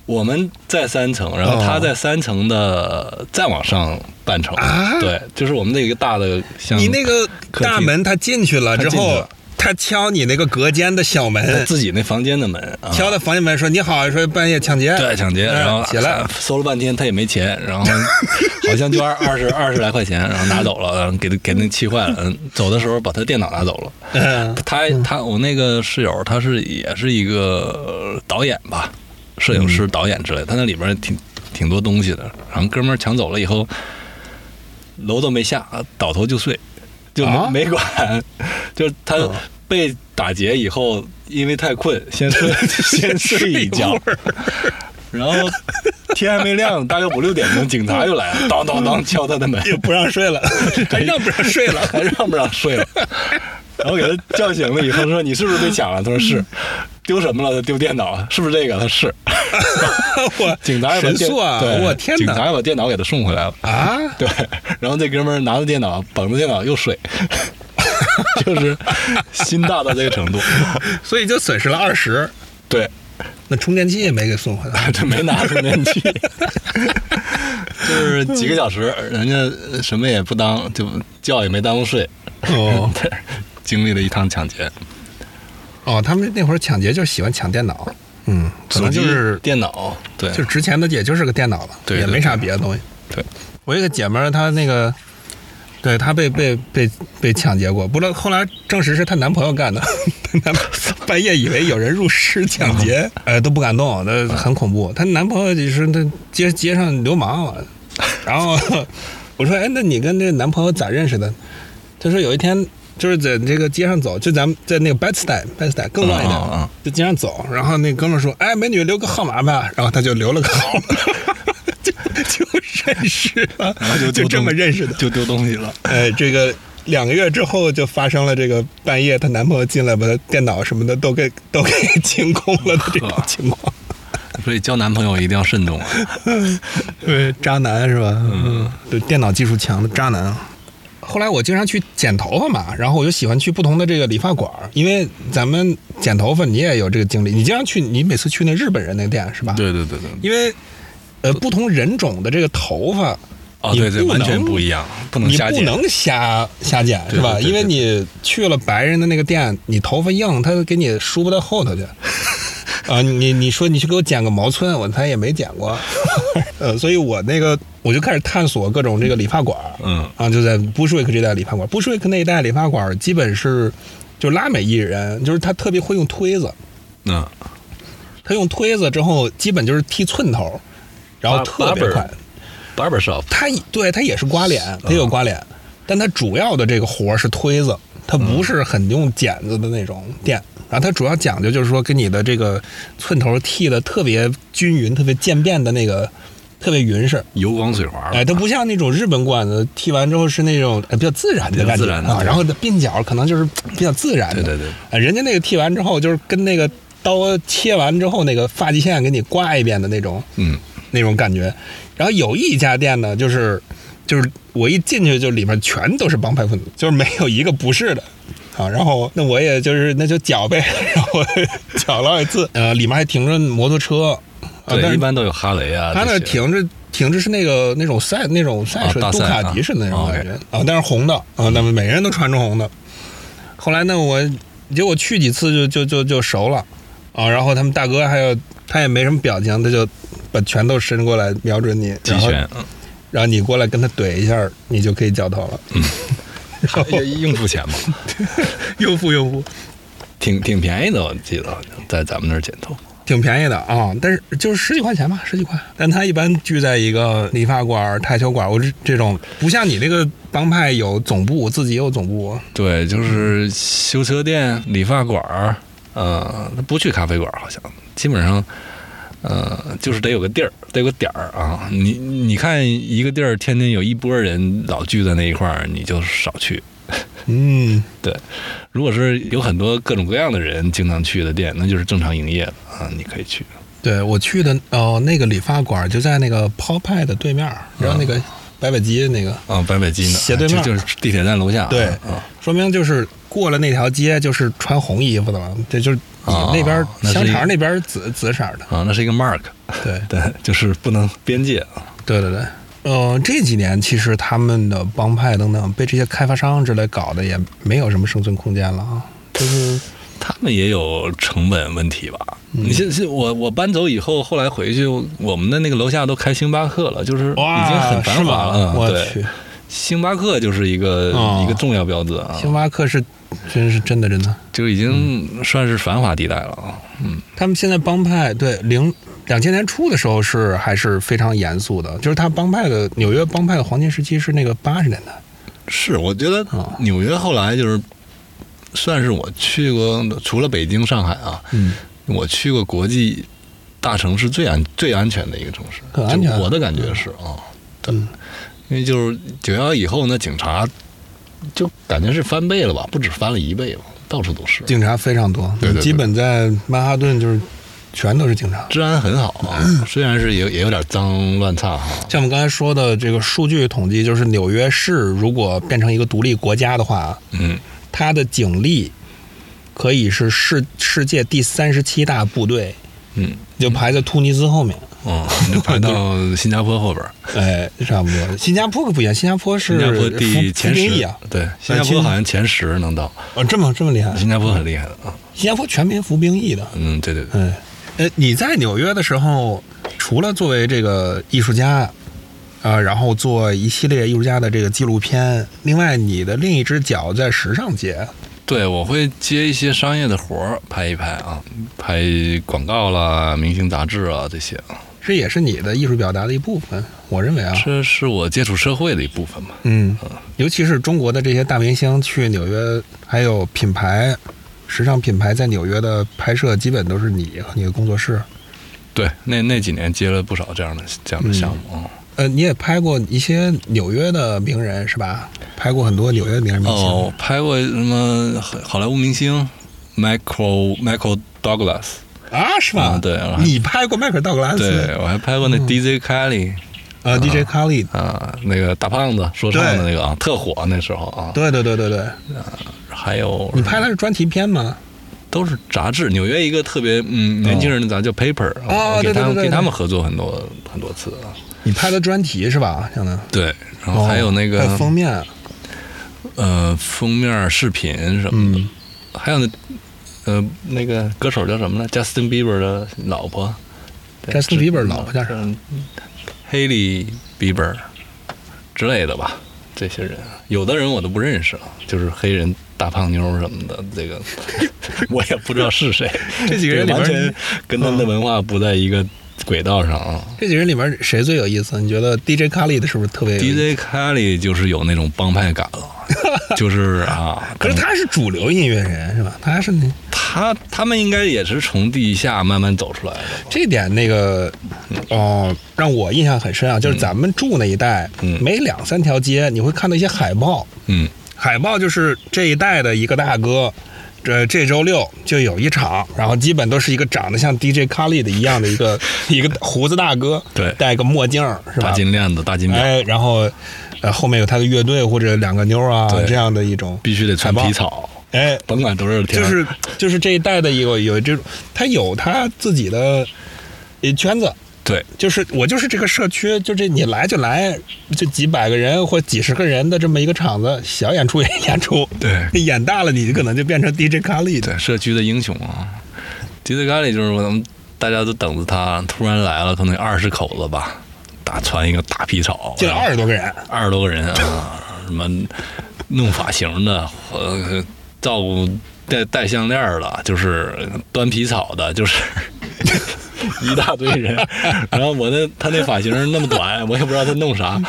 Speaker 2: 我们在三层，然后
Speaker 1: 哦
Speaker 2: 他在三层的再往上半层，
Speaker 1: 啊
Speaker 2: 对，就是我们那个大的像
Speaker 1: 你那个
Speaker 2: 嗯客厅
Speaker 1: 大门他进去了之
Speaker 2: 他进去
Speaker 1: 后
Speaker 2: 了，
Speaker 1: 他敲你那个隔间的小
Speaker 2: 他
Speaker 1: 门，
Speaker 2: 呃自己那房间的门啊，
Speaker 1: 呃敲到房间门说：“你好，说半夜抢劫。”
Speaker 2: 对，抢劫，
Speaker 1: 嗯
Speaker 2: 然后啊
Speaker 1: 起来。
Speaker 2: 搜了半天，他也没钱，然后好像就二二十二十来块钱，然后拿走了，然后给他给那气坏了，嗯走的时候把他电脑拿走了。
Speaker 1: 嗯，
Speaker 2: 他他我那个室友，他是也是一个呃导演吧，摄影师、导演之类的，他那里边挺挺多东西的。然后哥们儿抢走了以后，楼都没下，倒头就睡，就没、
Speaker 1: 啊
Speaker 2: 没管， 就是他被打劫以后，因为太困，先 睡先睡一觉，然后天还没亮，大概五六点钟，警察又来了，当当当敲他的 门，
Speaker 1: 又不让睡了，还让不让睡 了？
Speaker 2: 还让不让睡了？然后给他叫醒了以后说：“你是不是被抢了？”他说：“是。”丢什么了？他丢电脑，是不是这个？他是。
Speaker 1: 我
Speaker 2: 警察也把
Speaker 1: 神
Speaker 2: 电
Speaker 1: 速啊！
Speaker 2: 对
Speaker 1: 我天
Speaker 2: 警察
Speaker 1: 哪！
Speaker 2: 也把电脑给他送回来了。
Speaker 1: 啊，
Speaker 2: 对，然后这哥们儿拿着电脑，捧着电脑又睡， 就是心大到这个程度。
Speaker 1: 所以就损失了二十。
Speaker 2: 对，
Speaker 1: 那充电器也没给送回来。
Speaker 2: 这没拿充电器， 就是几个小时，人家什么也不当，就觉也没耽误睡，
Speaker 1: 哦
Speaker 2: 经历了一趟抢劫，
Speaker 1: 哦，他们那会儿抢劫就是喜欢抢电脑，嗯，可
Speaker 2: 手
Speaker 1: 能
Speaker 2: 机、
Speaker 1: 就是
Speaker 2: 电脑，对，
Speaker 1: 就是 值钱的也就是个电脑了，
Speaker 2: 对
Speaker 1: 也
Speaker 2: 对
Speaker 1: 没啥别的东西。
Speaker 2: 对，
Speaker 1: 我一个姐们儿，她那个。对她被被被被抢劫过，不过后来证实是她男朋友干的。 她男朋友半夜以为有人入室抢劫，
Speaker 2: 啊
Speaker 1: 哎，都不敢动，那很恐怖。她男朋友就是那街街上流氓了，然后我说：“哎，那你跟这男朋友咋认识的？”她说：“有一天就是在这个街上走，就咱们在那个 Bed Stuy Bed Stuy 更乱一点，
Speaker 2: 嗯嗯嗯
Speaker 1: 就街上走。然后那哥们儿说：‘哎，美女，留个号码吧。’然后他就留了个号码， 就就认识了，
Speaker 2: 然后
Speaker 1: 就
Speaker 2: 就丢
Speaker 1: 这
Speaker 2: 东
Speaker 1: 么认识的。
Speaker 2: 就丢东西了。
Speaker 1: 哎，这个两个月之后就发生了这个半夜她男朋友进来把她电脑什么的都给都给清空了的这种情况。
Speaker 2: 所以交男朋友一定要慎重 啊！
Speaker 1: 对，渣男是吧？嗯，对，电脑技术强的渣男啊。后来我经常去剪头发嘛，然后我就喜欢去不同的这个理发馆儿，因为咱们剪头发你也有这个经历，你经常去，你每次去那日本人那店是吧？，
Speaker 2: 对对对对，
Speaker 1: 因为呃不同人种的这个头发，
Speaker 2: 哦
Speaker 1: 你
Speaker 2: 对对，
Speaker 1: 不
Speaker 2: 完全
Speaker 1: 能
Speaker 2: 不一样，不能
Speaker 1: 你
Speaker 2: 嗯瞎
Speaker 1: 不
Speaker 2: 剪。
Speaker 1: 能瞎瞎剪是吧？
Speaker 2: 对对对
Speaker 1: 因为你去了白人的那个店，你头发硬，他给你梳不到后头去。啊，你你说你去给我剪个毛寸，我他也没剪过， 呃，所以我那个我就开始探索各种这个理发馆，
Speaker 2: 嗯，
Speaker 1: 啊，就在 Bushwick 这带理发馆，Bushwick 那一带理发馆基本是就拉美裔人，就是他特别会用推子，
Speaker 2: 嗯，
Speaker 1: 他用推子之后基本就是剃寸头，然后
Speaker 2: 拔
Speaker 1: 特别
Speaker 2: 拔本儿
Speaker 1: 快，
Speaker 2: barber shop
Speaker 1: 他对他也是刮脸，
Speaker 2: 嗯
Speaker 1: 他也有刮脸，但他主要的这个活儿是推子，他
Speaker 2: 嗯
Speaker 1: 不是很用剪子的那种店。然后他主要讲究就是说，给你的这个寸头剃的特别均匀、特别渐变的那个，特别匀实。
Speaker 2: 油光水滑，
Speaker 1: 哎，它不像那种日本馆子剃完之后是那种哎比较自然的
Speaker 2: 比较
Speaker 1: 感觉
Speaker 2: 自然的
Speaker 1: 啊，
Speaker 2: 对
Speaker 1: 然后鬓角可能就是比较自然的。
Speaker 2: 对对对
Speaker 1: 哎，人家那个剃完之后就是跟那个刀切完之后那个发际线给你刮一遍的那种。
Speaker 2: 嗯，
Speaker 1: 那种感觉。然后有一家店呢，就是就是我一进去就里面全都是帮派分子，就是没有一个不是的。啊，然后那我也就是那就搅呗，然后搅了好几次，呃，里面还停着摩托车，啊，但
Speaker 2: 对，
Speaker 1: 是
Speaker 2: 一般都有哈雷啊，
Speaker 1: 他那
Speaker 2: 这些
Speaker 1: 停着停着是那个那种赛那种赛车，
Speaker 2: 啊大
Speaker 1: 杜
Speaker 2: 赛
Speaker 1: 卡迪式的那种
Speaker 2: 啊
Speaker 1: 感觉啊，但是红的啊，那么每个人都穿着红的。后来呢，我结果去几次就就就就熟了啊，然后他们大哥还有他也没什么表情，他就把拳头伸过来瞄准你，
Speaker 2: 集
Speaker 1: 然后
Speaker 2: 权，
Speaker 1: 然后你过来跟他怼一下，你就可以绞头了，
Speaker 2: 还应付钱嘛，
Speaker 1: 又付又付，
Speaker 2: 挺挺便宜的，我记得好像在咱们那儿剪头，
Speaker 1: 挺便宜的啊，但是就是十几块钱吧，十几块。但他一般聚在一个理发馆、台球馆，我这这种不像你那个帮派有总部，自己有总部，
Speaker 2: 对，就是修车店、理发馆儿，呃，不去咖啡馆儿好像，基本上。呃，就是得有个地儿，得有个点儿啊。你你看一个地儿，天天有一波人老聚在那一块儿，你就少去。
Speaker 1: 嗯，
Speaker 2: 对，如果是有很多各种各样的人经常去的店，那就是正常营业的啊，你可以去。
Speaker 1: 对我去的哦，那个理发馆就在那个抛派的对面儿，
Speaker 2: 嗯
Speaker 1: 然后那个白百基那个，
Speaker 2: 啊，白百基呢，
Speaker 1: 斜对面
Speaker 2: 就就是地铁站楼下。
Speaker 1: 对
Speaker 2: 啊，
Speaker 1: 说明就是过了那条街就是穿红衣服的了，这就是你
Speaker 2: 哦
Speaker 1: 那边儿
Speaker 2: 那是
Speaker 1: 香
Speaker 2: 一
Speaker 1: 肠那边儿紫紫色儿 的，
Speaker 2: 啊，那是一个 mark，
Speaker 1: 对
Speaker 2: 对，就是不能边界啊。
Speaker 1: 对对对。呃，这几年其实他们的帮派等等被这些开发商之类搞的也没有什么生存空间了啊，就是
Speaker 2: 他们也有成本问题吧？你现现我我搬走以后，后来回去，我们的那个楼下都开星巴克了，就是已经很繁华了。
Speaker 1: 我
Speaker 2: 嗯对
Speaker 1: 去，，
Speaker 2: 星巴克就是一个、
Speaker 1: 哦
Speaker 2: 一个重要标志啊，
Speaker 1: 星巴克是真是真的真的。
Speaker 2: 就已经算是繁华地带了啊。
Speaker 1: 他们现在帮派对零两千年初的时候是还是非常严肃的，就是他帮派的纽约帮派的黄金时期是那个八十年代。
Speaker 2: 是，我觉得
Speaker 1: 哦
Speaker 2: 纽约后来就是算是我去过，除了北京、上海啊，
Speaker 1: 嗯，
Speaker 2: 我去过国际大城市最安最安全的一个城市，
Speaker 1: 很安全
Speaker 2: 就我的感觉是啊，对
Speaker 1: 嗯
Speaker 2: 因为就是九幺幺以后呢，警察就感觉是翻倍了吧，不止翻了一倍吧，到处都是，
Speaker 1: 警察非常多，
Speaker 2: 对对对
Speaker 1: 基本在曼哈顿就是全都是警察。
Speaker 2: 治安很好啊，
Speaker 1: 嗯
Speaker 2: 虽然是也也有点脏乱差啊哈，
Speaker 1: 像我们刚才说的这个数据统计，就是纽约市如果变成一个独立国家的话，
Speaker 2: 嗯，
Speaker 1: 它的警力可以是世世界第三十七大部队，
Speaker 2: 嗯
Speaker 1: 就排在突尼斯 后面。
Speaker 2: 嗯，就排到新加坡后边儿，
Speaker 1: 哎，差不多。新加坡可不一样，新加坡 是
Speaker 2: 新加坡
Speaker 1: 扶
Speaker 2: 第
Speaker 1: 扶
Speaker 2: 前
Speaker 1: 贫
Speaker 2: 十
Speaker 1: 役啊，，
Speaker 2: 对，新加坡好像前十能到，
Speaker 1: 哦，这么这么厉害，
Speaker 2: 新加坡很厉害的啊，
Speaker 1: 新加坡全民服兵役的。
Speaker 2: 嗯，对对对，
Speaker 1: 哎，呃，你在纽约的时候，除了作为这个艺术家，啊、然后做一系列艺术家的这个纪录片，另外你的另一只脚在时尚界，
Speaker 2: 对，我会接一些商业的活儿，拍一拍啊，拍广告啦、明星杂志啊这些啊，
Speaker 1: 这也是你的艺术表达的一部分，我认为啊，
Speaker 2: 这是我接触社会的一部分嘛。
Speaker 1: 嗯，尤其是中国的这些大明星去纽约，还有品牌。时尚品牌在纽约的拍摄基本都是你和你的工作室，
Speaker 2: 对，那那几年接了不少这样的这样的项目啊。
Speaker 1: 呃，你也拍过一些纽约的名人是吧？拍过很多纽约的名人明星。
Speaker 2: 哦，拍过什么好好莱坞明星 Michael Michael Douglas，
Speaker 1: 啊，是吧？
Speaker 2: 嗯对我还
Speaker 1: 你嗯拍过迈克尔·道格拉斯，啊
Speaker 2: 对我还拍过那 DJ Kelly
Speaker 1: 呃，DJ Khaled，
Speaker 2: 啊，那个大胖子说唱的那个啊，特火那时候啊。
Speaker 1: 对对对对对，
Speaker 2: 还有
Speaker 1: 你拍的是专题片吗？
Speaker 2: 都是杂志，纽约一个特别嗯年轻人的杂志叫 Paper，
Speaker 1: 哦
Speaker 2: 啊我
Speaker 1: 对
Speaker 2: 给他
Speaker 1: 对对
Speaker 2: 们
Speaker 1: 对哦
Speaker 2: 给他们合作很多很多次啊。
Speaker 1: 你拍的专题是吧？相当于。哦
Speaker 2: 对，然哦后还有那
Speaker 1: 还
Speaker 2: 个
Speaker 1: 有封面，
Speaker 2: 呃封面视频什
Speaker 1: 嗯
Speaker 2: 么的，还有那呃那个歌手叫什么呢？Justin Bieber 的老婆对
Speaker 1: Justin
Speaker 2: 是
Speaker 1: Bieber 老婆叫什
Speaker 2: 嗯，Haley Bieber 之类的吧。这些人，有的人我都不认识啊，就是黑人大胖妞什么的，这个我也不知道是谁。
Speaker 1: 这几个人里边
Speaker 2: 完全跟他们的文化不在一个轨道上啊。
Speaker 1: 这几人里面谁最有意思？你觉得 DJ Khaled 是不是特别有意思
Speaker 2: DJ Kelly 就是有那种帮派感 了，就是啊，
Speaker 1: 可是他是主流音乐人是吧？他是那
Speaker 2: 他他们应该也是从地下慢慢走出来的。
Speaker 1: 这点那个哦，让我印象很深啊，就是咱们住那一带，
Speaker 2: 嗯
Speaker 1: 每两三条街你会看到一些海报，
Speaker 2: 嗯，
Speaker 1: 海报就是这一代的一个大哥，这这周六就有一场，然后基本都是一个长得像 DJ 卡利的一样的一 个一个胡子大哥，
Speaker 2: 对
Speaker 1: 戴个墨镜儿是
Speaker 2: 大
Speaker 1: 吧？
Speaker 2: 金链子、大金表，
Speaker 1: 哎，然后呃后面有他的乐队或者两个妞儿啊
Speaker 2: 对
Speaker 1: 这样的一种，
Speaker 2: 必须得穿
Speaker 1: 海报
Speaker 2: 皮草，
Speaker 1: 哎，
Speaker 2: 甭管多少天。
Speaker 1: 就是就是这一代的一个有这种，他有他自己的呃圈子。
Speaker 2: 对，
Speaker 1: 就是我就是这个社区，就这你来就来，就几百个人或几十个人的这么一个场子，小演出也演出，
Speaker 2: 对
Speaker 1: 演大了你就可能就变成 DJ 卡利的。
Speaker 2: 对，社区的英雄啊，DJ Kelly 就是我们大家都等着他，突然来了，可能二十口子吧，大穿一个大皮草，
Speaker 1: 进了二十多个人，
Speaker 2: 二十多个人啊，什么弄发型的，呃，照顾戴戴项链儿的，就是端皮草的，就是 一大堆人。然后我那他那发型那么短，我也不知道他弄啥。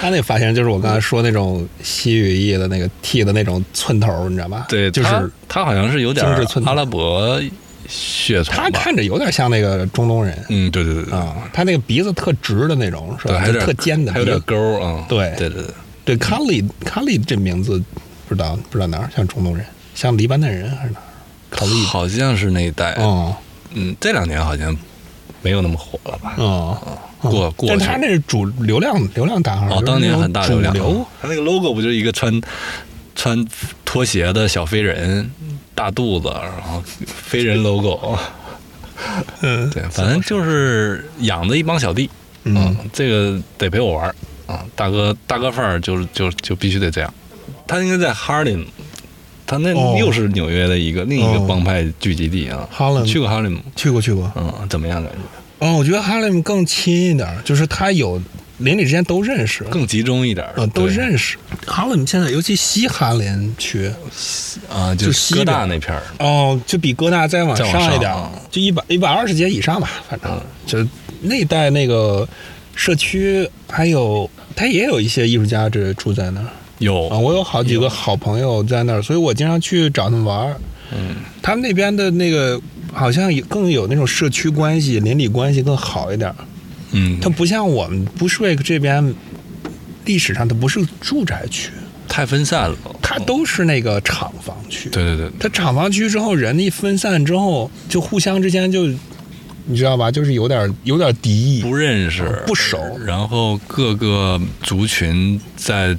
Speaker 1: 他那发型就是我刚才说那种西语裔的那个剃的那种寸头儿，你知道吧？
Speaker 2: 对，
Speaker 1: 就
Speaker 2: 他
Speaker 1: 是
Speaker 2: 他好像是有点
Speaker 1: 精致寸头
Speaker 2: 阿拉伯血统
Speaker 1: 他
Speaker 2: 吧？
Speaker 1: 看着有点像那个中东人
Speaker 2: 嗯，对对对对，
Speaker 1: 啊，他那个鼻子特直的那种，是
Speaker 2: 对，
Speaker 1: 吧？
Speaker 2: 还
Speaker 1: 就
Speaker 2: 有点
Speaker 1: 特尖的
Speaker 2: 还有
Speaker 1: 鼻
Speaker 2: 点
Speaker 1: 子。
Speaker 2: 沟儿啊。
Speaker 1: 对
Speaker 2: 对对对，
Speaker 1: 对，卡利卡利这名字不知道不知道哪儿像中东人，像黎巴嫩人还是哪儿？卡利
Speaker 2: 好像是那一代。
Speaker 1: 哦
Speaker 2: 嗯，这两年好像没有那么火了吧？
Speaker 1: 哦，
Speaker 2: 过过
Speaker 1: 但
Speaker 2: 去
Speaker 1: 他那是主流量流量大号，
Speaker 2: 哦，当年很大
Speaker 1: 流
Speaker 2: 流量。啊
Speaker 1: 主流
Speaker 2: 他那个 logo 不就是一个穿穿拖鞋的小飞人，大肚子，然后飞人 logo。嗯，对，反正就是养的一帮小弟。
Speaker 1: 嗯，
Speaker 2: 啊这个得陪我玩儿啊，大哥大哥范儿就是就就必须得这样。他应该在 Harlem，他那
Speaker 1: 哦
Speaker 2: 又是纽约的一个、另一个
Speaker 1: 哦
Speaker 2: 帮派聚集地啊。
Speaker 1: Harlem
Speaker 2: 去过 Harlem，
Speaker 1: 去过去过。
Speaker 2: 嗯，怎么样感觉？
Speaker 1: 哦，我觉得哈雷姆更亲一点儿，就是他有邻里之间都认识，
Speaker 2: 更集中一点儿，
Speaker 1: 呃都
Speaker 2: 对
Speaker 1: 认识。哈雷姆现在尤其西哈林区，
Speaker 2: 啊，就
Speaker 1: 就是西
Speaker 2: 哥
Speaker 1: 边
Speaker 2: 大那片儿。
Speaker 1: 哦，就比哥大再往
Speaker 2: 再往
Speaker 1: 上一嗯点儿，
Speaker 2: 上啊
Speaker 1: 就一百一百二十节以上吧，反正、就那一带那个社区，还有他也有一些艺术家这住在那儿。
Speaker 2: 有
Speaker 1: 啊，我有好几个好朋友在那儿，所以我经常去找他们玩儿。嗯，他们那边的那个好像也更有那种社区关系、邻里关系更好一点儿。
Speaker 2: 嗯，
Speaker 1: 它不像我们 Bushwick 这边，历史上它不是住宅区，
Speaker 5: 哦
Speaker 2: 太分散了。
Speaker 1: 它都是那个厂房区。，
Speaker 2: 对对对，
Speaker 1: 它厂房区之后，人一分散之后，就互相之间就，你知道吧，就是有点有点敌意。
Speaker 2: 不认识
Speaker 1: 不熟
Speaker 2: 然后各个族群在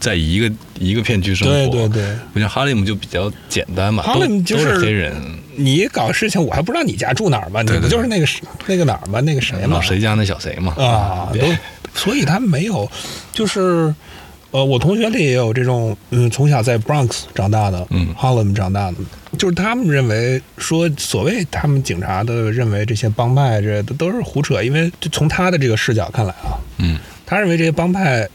Speaker 2: 在一个一个片区生活。
Speaker 1: 对对对，
Speaker 2: 我觉得哈利姆就比较简单吧，
Speaker 1: 哈
Speaker 2: 都
Speaker 1: 利姆就
Speaker 2: 都
Speaker 1: 是
Speaker 2: 是黑人，
Speaker 1: 你搞事情，我还不知道你家住哪儿吗？你
Speaker 5: 对
Speaker 1: 不
Speaker 5: 对
Speaker 1: 就是那个谁那个哪儿吗？那个谁吗
Speaker 2: 老？谁家那小谁嘛。
Speaker 1: 啊，都，所以他们没有，就是，呃，我同学里也有这种，嗯，从小在 Bronx 长大的，
Speaker 2: 嗯
Speaker 1: ，Harlem 长大的，就是他们认为说，所谓他们警察的认为这些帮派这些都都是胡扯，因为就从他的这个视角看来啊，
Speaker 2: 嗯，
Speaker 1: 他认为这些帮派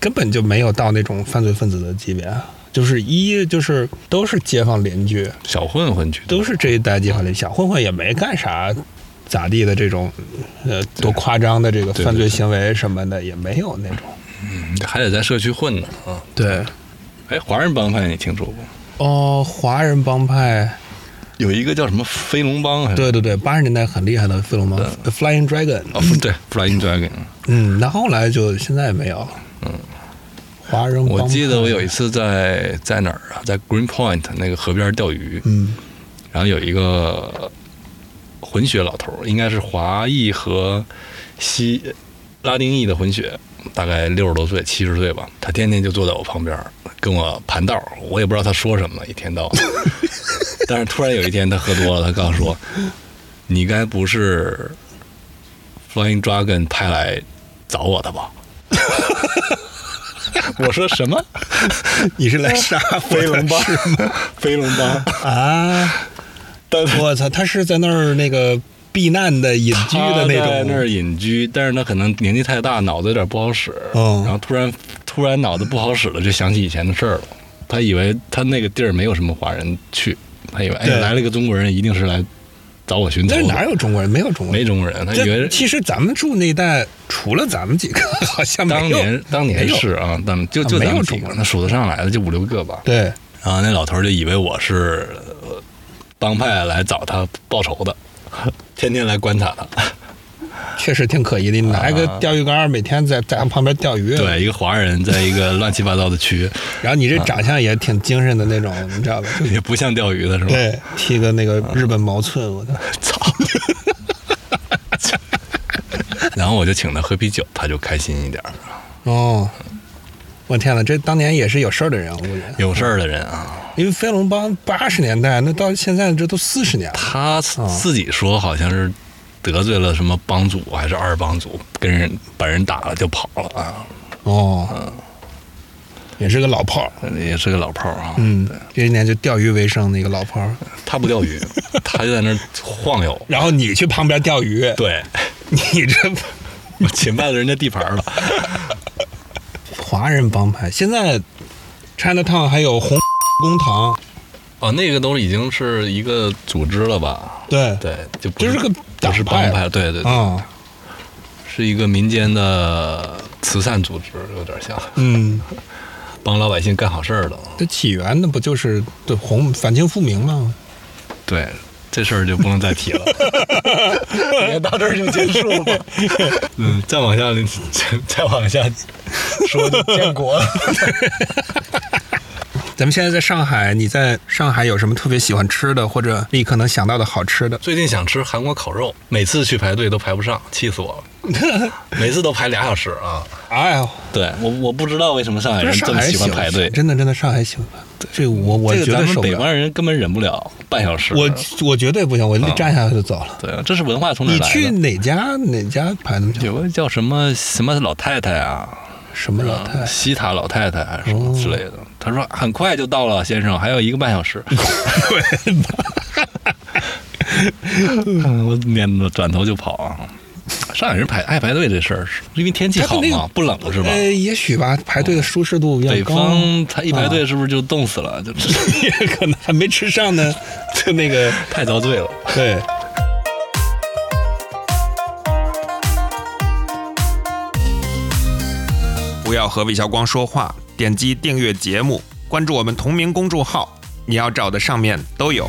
Speaker 1: 根本就没有到那种犯罪分子的级别啊，就是一就是都是街坊邻居，
Speaker 2: 小混混去
Speaker 1: 都是这一代计划里小混混也没干啥咋地的这种，呃，多夸张的这个
Speaker 2: 对
Speaker 1: 犯罪行为什么的也没有那种。
Speaker 2: 还得在社区混呢啊。
Speaker 1: 对，
Speaker 2: 哎，华人帮派你听说过？
Speaker 1: 哦，华人帮派，
Speaker 2: 有一个叫什么飞龙帮还是？
Speaker 1: 对对对，八十年代很厉害的飞龙帮，The，Flying Dragon，
Speaker 2: 哦，不对 ，Flying Dragon。
Speaker 1: 嗯，那后来就现在也没有了。嗯，华人帮派
Speaker 2: 我记得我有一次在在哪儿啊，在 Green Point 那个河边钓鱼，
Speaker 1: 嗯
Speaker 2: 然后有一个混血老头儿，应该是华裔和西拉丁裔的混血，大概六十多岁、七十岁吧。他天天就坐在我旁边儿跟我盘道儿，我也不知道他说什么，一天到 晚。但是突然有一天他喝多了，他告诉我：“你该不是 Flying Dragon 派来找我的吧？” 我说什么？
Speaker 1: 你是来杀
Speaker 2: 飞龙帮？飞龙帮？
Speaker 1: 啊？
Speaker 2: 但
Speaker 1: 我操，他是在那儿那个避难的隐居的那
Speaker 2: 他在那
Speaker 1: 种。
Speaker 2: 儿隐居，但是他可能年纪太大，脑子有点不好使，
Speaker 1: 嗯
Speaker 2: 然后突然突然脑子不好使了，就想起以前的事儿了。他以为他那个地儿没有什么华人去，他以为哎
Speaker 1: 对
Speaker 2: 来了个中国人，一定是来找我寻仇
Speaker 1: 但
Speaker 2: 的。
Speaker 1: 是哪有中国人？没有中国人，
Speaker 2: 没中国人？他以
Speaker 1: 这
Speaker 2: 为
Speaker 1: 其实咱们住那一带，除了咱们几个，好像没有
Speaker 2: 当年当
Speaker 1: 没
Speaker 2: 年
Speaker 1: 有
Speaker 2: 是啊，咱们就
Speaker 1: 啊
Speaker 2: 就
Speaker 1: 没
Speaker 2: 咱
Speaker 1: 有
Speaker 2: 们
Speaker 1: 中
Speaker 2: 几
Speaker 1: 国
Speaker 2: 个，
Speaker 1: 人
Speaker 2: 那数得上来的就五六个吧。
Speaker 1: 对，
Speaker 2: 然后那老头儿就以为我是呃帮派来找他报仇的， 天天来观察他。
Speaker 1: 确实挺可疑的。你拿一个钓鱼竿，每天在在他旁边钓鱼，，
Speaker 2: 啊对，一啊个华人在一个乱七八糟的区。
Speaker 1: 然后你这长相也挺精神的那种，你知道 吧？就
Speaker 2: 也不像钓鱼的是吧？
Speaker 1: 对，剃个那个
Speaker 2: 啊
Speaker 1: 日本毛寸，我操，
Speaker 2: 操！ 然后我就请他喝啤酒，他就开心一点儿。
Speaker 1: 哦。我天呐，这当年也是有事儿的人，我觉得，
Speaker 2: 有事儿的人啊，
Speaker 1: 因为飞龙帮八十年代，那到现在这都四十年了，
Speaker 2: 他
Speaker 1: 嗯
Speaker 2: 自己说好像是得罪了什么帮主还是二帮主，跟人把人打了就跑了啊，
Speaker 1: 哦，也是个老炮儿，
Speaker 2: 也是个老炮儿啊。
Speaker 1: 嗯，这些年就钓鱼为生的一个老炮儿，
Speaker 2: 他不钓鱼，他就在那儿 晃悠。
Speaker 1: 然后你去旁边钓鱼，
Speaker 2: 对，
Speaker 1: 你这
Speaker 2: 我侵犯了人家地盘了。
Speaker 1: 华人帮派，现在 China Town 还有红公堂，
Speaker 2: 哦，那个都已经是一个组织了吧？
Speaker 1: 对，
Speaker 2: 对，就不
Speaker 1: 就是个
Speaker 2: 不
Speaker 1: 党派
Speaker 2: 是帮
Speaker 1: 了
Speaker 2: 派，对对对。
Speaker 1: 啊，
Speaker 2: 是一个民间的慈善组织，有点 像
Speaker 1: 嗯，
Speaker 2: 帮老百姓干好事儿的。
Speaker 1: 这起源那不就是对红反清复明吗？
Speaker 2: 对，这事儿就不能再 提了。你到这儿就结束了吧？ 嗯，再往下，再往下说就建国了。
Speaker 1: 咱们现在在上海，你在上海有什么特别喜欢吃的，或者立刻能想到的好吃的？
Speaker 2: 最近想吃韩国烤肉，每次去排队都排不上，气死我了。 每次都排俩小时啊！
Speaker 1: 哎呦，
Speaker 2: 对我，我不知道为什么上海
Speaker 1: 不
Speaker 2: 人
Speaker 1: 是
Speaker 2: 这
Speaker 1: 上
Speaker 2: 么
Speaker 1: 海
Speaker 2: 哎喜欢
Speaker 1: 喜欢
Speaker 2: 排队。
Speaker 1: 真的真的上海喜欢排队，这我我
Speaker 2: 这
Speaker 1: 绝
Speaker 2: 个
Speaker 1: 对
Speaker 2: 咱们
Speaker 1: 受不
Speaker 2: 北
Speaker 1: 了，
Speaker 2: 方人根本忍不了半小时。
Speaker 1: 我我绝对不行，我立站下来就走了。
Speaker 2: 对啊，这是文化从哪
Speaker 1: 你
Speaker 2: 儿来的？
Speaker 1: 去哪家哪家排那么久？
Speaker 2: 有个叫什么什么老太太啊，
Speaker 1: 什么老太？
Speaker 2: 西塔老太太还是什么之类的，
Speaker 1: 哦
Speaker 2: 她说很快就到了，先生，还有一个半 小时。嗯我脸转头就跑啊！上海人排爱排队这事儿，是因为天气
Speaker 1: 他
Speaker 2: 好
Speaker 1: 们那
Speaker 2: 嘛
Speaker 1: 个，
Speaker 2: 不冷是吧？
Speaker 1: 呃，也许吧，排队的舒适度比较
Speaker 2: 北
Speaker 1: 高。啊
Speaker 2: 方他一排队是不是就冻死了？就
Speaker 1: 也可能还没吃上呢，就那个
Speaker 2: 太遭罪了。
Speaker 1: 对。
Speaker 5: 不要和魏小光说话，点击订阅节目，关注我们同名公众号，你要找的上面都有。